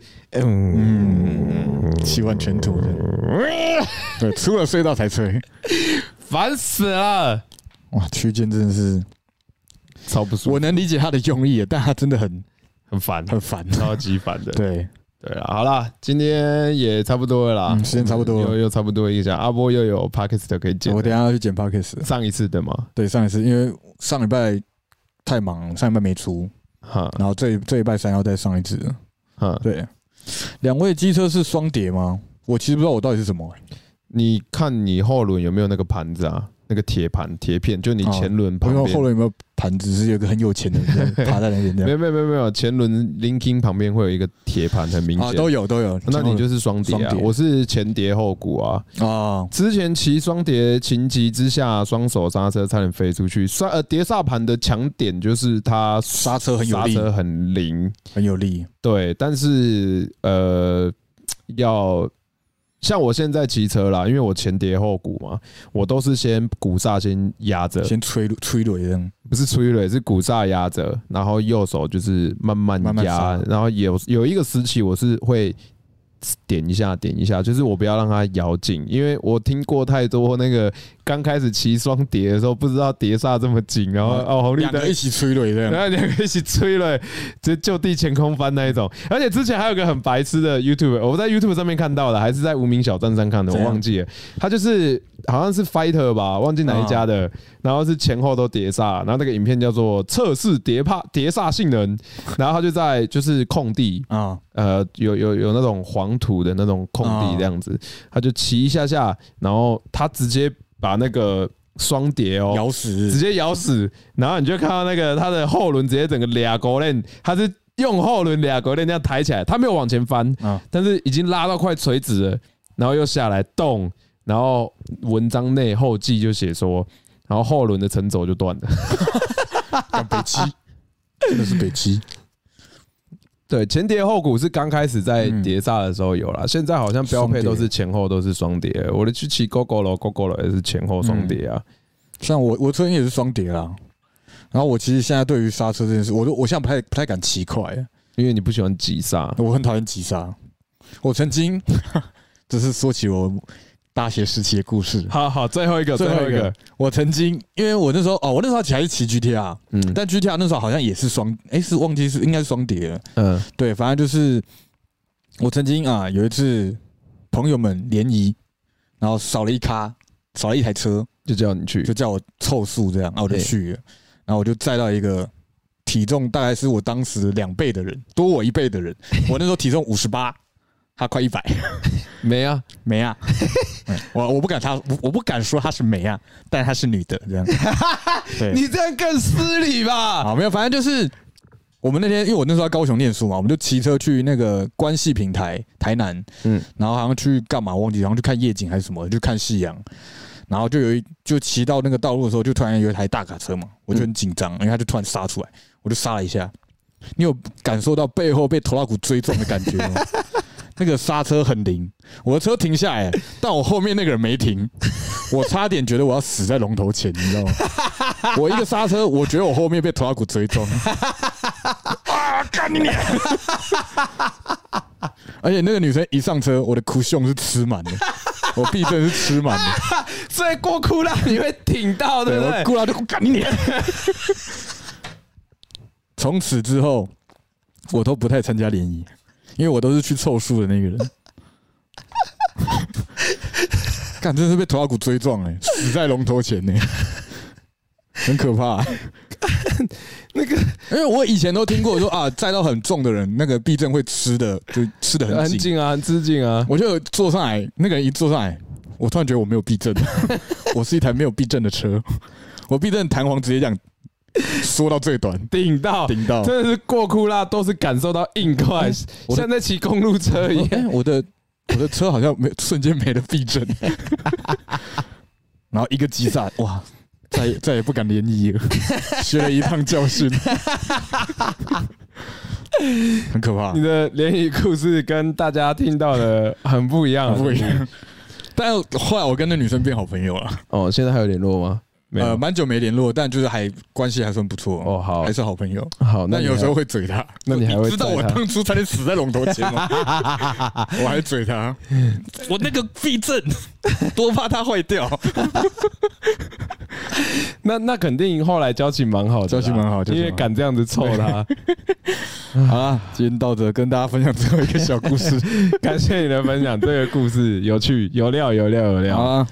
B: 嗯，
A: 嗯，骑完全途这样，对，出了隧道才吹，
B: 烦死了，
A: 哇，区间真的是，
B: 超不舒
A: 我
B: 服，
A: 能理解他的用意，但他真的很
B: 很烦，
A: 很烦，
B: 超级烦的。
A: 对，
B: 对了，好啦，今天也差不多了啦，
A: 嗯时间差不多了
B: 又又差不多一下，阿波又有 p a k i s t 可以剪
A: 我
B: 了，
A: 等一下要去剪 pockets，
B: 上一次的嘛，
A: 对，上一次因为上礼拜太忙了，上礼拜没出，
B: 哈
A: 然后这这礼拜三要再上一次。
B: 哈，
A: 对，两位机车是双碟吗？我其实不知道我到底是什么、欸
B: 你看你后轮有没有那个盘子啊？那个铁盘、铁片，就你
A: 哦
B: 前轮
A: 不
B: 旁
A: 知道
B: 边
A: 后，轮有没有盘子，是有一个很有钱的人 趴在那边这样
B: 没有没有没有没有，前轮 linking 旁边会有一个铁盘，很明
A: 啊，
B: 显
A: 都。有都有。
B: 那你就是双碟
A: 双
B: 啊，
A: 碟
B: 我是前碟后鼓啊，
A: 啊，
B: 之前骑双碟情急之下，双手刹车差点飞出去。刹呃，碟刹盘的强点就是它
A: 刹车很有
B: 刹
A: 力，
B: 车很灵，
A: 很有力。
B: 对。但是呃，要像我现在骑车啦，因为我前碟后鼓嘛，我都是先鼓刹先压着，
A: 先催催泪这样，
B: 不是催泪，是鼓刹压着，然后右手就是慢慢
A: 慢慢
B: 压
A: 刹，
B: 然后有有一个时期我是会。点一下，点一下，就是我不要让它摇紧，因为我听过太多那个刚开始骑双碟的时候，不知道碟刹这么紧，然后
A: 嗯
B: 哦红绿
A: 两
B: 灯
A: 个一，起催泪这
B: 然
A: 样。
B: 后两个一起吹了，直接就地前空翻那一种。而且之前还有个很白痴的 YouTube，我在 YouTube 上面看到的，还是在无名小站上看的，
A: 怎
B: 我
A: 样
B: 忘记了。他就是好像是 Fighter 吧，忘记哪一家
A: 啊
B: 的，然后是前后都碟刹，然后那个影片叫做测试碟帕碟刹性能，然后他就在就是空地，
A: 啊，
B: 呃，有有有那种黄土的那种空地
A: 啊
B: 这样子，他就骑一下下，然后他直接把那个双碟哦，
A: 咬死
B: 直接咬死，然后你就看到那个它的后轮直接整个俩狗链，它是用后轮俩狗链这样抬起来，它没有往前翻，
A: 啊
B: 但是已经拉到快垂直了，然后又下来动，然后文章内后记就写说，然后后轮的沉轴就断了。
A: 干北 极，真的是北极。
B: 对，前碟后鼓是刚开始在碟刹的时候有啦，现在好像标配都是前后都是双碟。我的去骑 GoGo 了，GoGo 了也是前后双碟啊。
A: 像我，我昨天也是双碟啦。然后我其实现在对于刹车这件事，我都我现在不太不太敢骑快、欸
B: 因为你不喜欢急刹，
A: 我很讨厌急刹。我曾经， 这是说起我大学时期的故事。
B: 好好，最后一个，最后一个，，
A: 我曾经，因为我那时候哦，我那时候还是骑 GTR，
B: 嗯，
A: 啊但 GTR 那时候好像也是双，哎、是忘记是应该是双碟了。
B: 嗯
A: 对，反正就是我曾经啊有一次朋友们联谊，然后少了一咖，少了一台车，
B: 就叫你去，
A: 就叫我凑数这样，然后我就
B: 对
A: 去了，然后我就载到一个体重大概是我当时两倍的人，多我一倍的 人，我那时候体重五十八，他快一百，
B: 没啊，
A: 没 啊，嗯我我不敢他，我我不敢说她是美啊，但她是女的这样，对，
B: 你这样更失礼吧？
A: 好没有，反正就是。我们那天，因为我那时候在高雄念书嘛，我们就骑车去那个关系平台台南，
B: 嗯，
A: 然后好像去干嘛忘记，然后去看夜景还是什么，就看夕阳。然后就有一就骑到那个道路的时候，就突然有一台大卡车嘛，我就很紧张，因为他就突然杀出来，我就刹了一下。你有感受到背后被头拉骨追撞的感觉吗？ 那个刹车很灵，我的车停下来，但我后面那个人没停，我差点觉得我要死在龙头前，你知道吗？ 我一个刹车，我觉得我后面被头拉骨追撞，啊，干你 娘！ 而且那个女生一上车，我的哭胸是吃满的。我避震是吃满的，
B: 所以过库拉你会挺到，对不
A: 我
B: 对？
A: 过来就干你 脸。从此之后，我都不太参加联谊，因为我都是去凑数的那个 人。干，真是被头盖骨追撞哎、死在龙头前呢、欸很可怕、
B: 那个
A: 因为我以前都听过说啊，载到很重的人，那个避震会吃的，就吃的很
B: 很
A: 紧。
B: 近啊，很致敬啊，
A: 我就坐上来，那个人一坐上来，我突然觉得我没有避震，我是一台没有避震的车，我避震弹簧直接这样缩到最短，
B: 顶到，
A: 顶到。哎
B: 真的是过库拉都是感受到硬块，
A: 我的
B: 像在骑公路车一
A: 我
B: 样。
A: 哎我的我的车好像没瞬间没了避震， 然后一个急刹，哇，再也再也不敢联谊了，学了一趟教训，很可怕
B: 你。的联谊故事跟大家听到的很不一样，啊
A: 不一样。啊但后来我跟那女生变好朋友了，
B: 哦，现在还有联络吗？没
A: 呃，
B: 有。
A: 蛮久没联络，但就是还关系还算不错
B: 哦，好
A: 还，是好朋友。
B: 好，那
A: 但
B: 你
A: 有
B: 还
A: 时候会嘴他，
B: 那你还会
A: 知道我
B: 载他
A: 当初差点死在龙头前 吗？我还嘴他，我那个避 震多怕它坏掉，
B: 那那肯定后来交情蛮好的啦，
A: 交情蛮好交情
B: 因
A: 蛮好
B: 为敢这样子凑 他。
A: 好
B: 啊
A: 啦，今天到这，跟大家分享最后一个小 故事。
B: 感谢你的分享，这个故事有趣、有料、有料、有料。
A: 啊，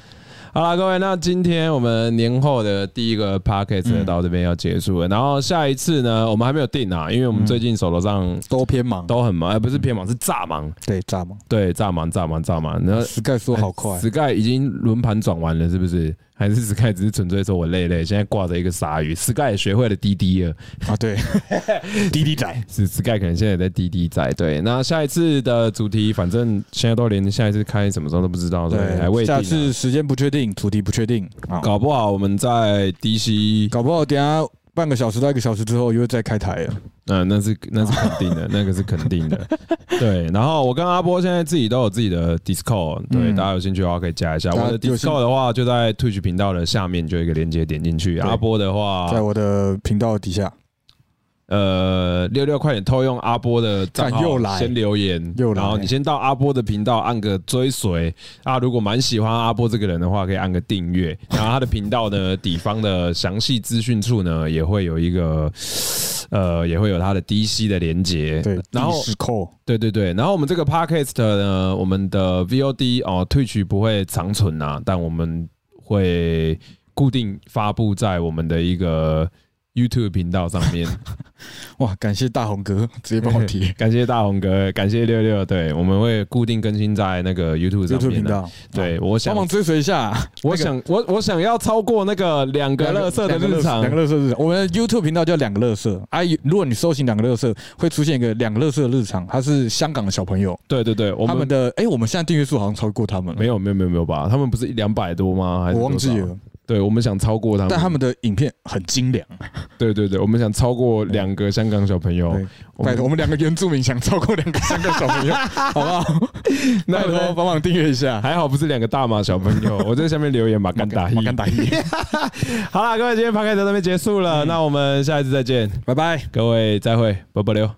B: 好啦，各位，那今天我们年后的第一个 p a c k a g e
A: 嗯
B: 到这边要结束了，然后下一次呢，我们还没有定啊，因为我们最近手头上
A: 都偏忙，
B: 都很忙，哎，不是偏忙，是炸忙，
A: 对炸忙。
B: 对，炸忙，炸忙，炸忙。然后
A: Sky 说好快，
B: Sky 已经轮盘转完了，是不是？还是 Sky 只是纯粹说我累累，现在挂着一个鲨鱼。Sky 也学会了滴滴了，
A: 啊， 对，滴滴仔，
B: 是 Sky 可能现在也在滴滴在。对，那下一次的主题，反正现在都连下一次开什么时候都不知道，对，还未定啊、
A: 下次时间不确定，主题不确定啊，
B: 搞不好我们在 DC，
A: 搞不好等一下半个小时到一个小时之后又会再开台了。
B: 嗯、那是那是肯 定的，那个是肯定的。对，然后我跟阿波现在自己都有自己的 Discord，对，
A: 嗯
B: 大家有兴趣的话可以加一下。
A: 大家
B: 我的
A: 有兴
B: Discord 的话就在 Twitch 频道的下面就有一个连接点进去。
A: 对
B: 阿波的话，
A: 在我的频道底下
B: 呃，六六快点偷用阿波的账号
A: 干又来
B: 先留言，
A: 又来
B: 然后你先到阿波的频道按个追随啊，如果蛮喜欢阿波这个人的话，可以按个订阅。然后他的频道呢，底方的详细资讯处呢，也会有一个呃，也会有他的 DC 的连接。
A: 对，
B: 然后
A: 是扣
B: 对对对，然后我们这个 podcast 呢，我们的 VOD 哦，Twitch 不会长存啊，但我们会固定发布在我们的一个 YouTube 频道上 面。
A: 哇，感谢大红哥直接帮我 提
B: 感谢大红哥，感谢六六，对，我们会固定更新在那个 YouTube 上
A: YouTube
B: 面
A: 频
B: 的。
A: 道，
B: 对，我想
A: 帮，忙追随一下。
B: 我想，我我想要超过那个两个
A: 两
B: 乐色的
A: 两个
B: 日
A: 乐色
B: 常
A: 两，个乐色日常。我们的 YouTube 频道叫两个乐色啊，如果你搜寻两个乐色，会出现一个两个乐色日常，他是香港的小朋友，
B: 对对对，我
A: 他
B: 们
A: 们的哎，我们现在订阅数好像超过他们了
B: 没，有没有没有没有吧？他们不是一两百多吗？还是
A: 我忘记
B: 多少。
A: 了。
B: 对，我们想超过他们，
A: 但他们的影片很精良，
B: 对对对，我们想超过两个香港小朋友
A: 对。
B: 我
A: 拜
B: 们
A: 托，我们两个原住民想超过两个香港小朋 友，好不好？
B: 那
A: 拜托帮忙订阅一下。
B: 还好不是两个大马小朋 友，我在下面留言马干打一
A: 马。干打一，
B: 嗯好啦，各位，今天 p o 到这边结束了，那我们下一次再见，
A: 拜拜。
B: 各位再会，拜拜六。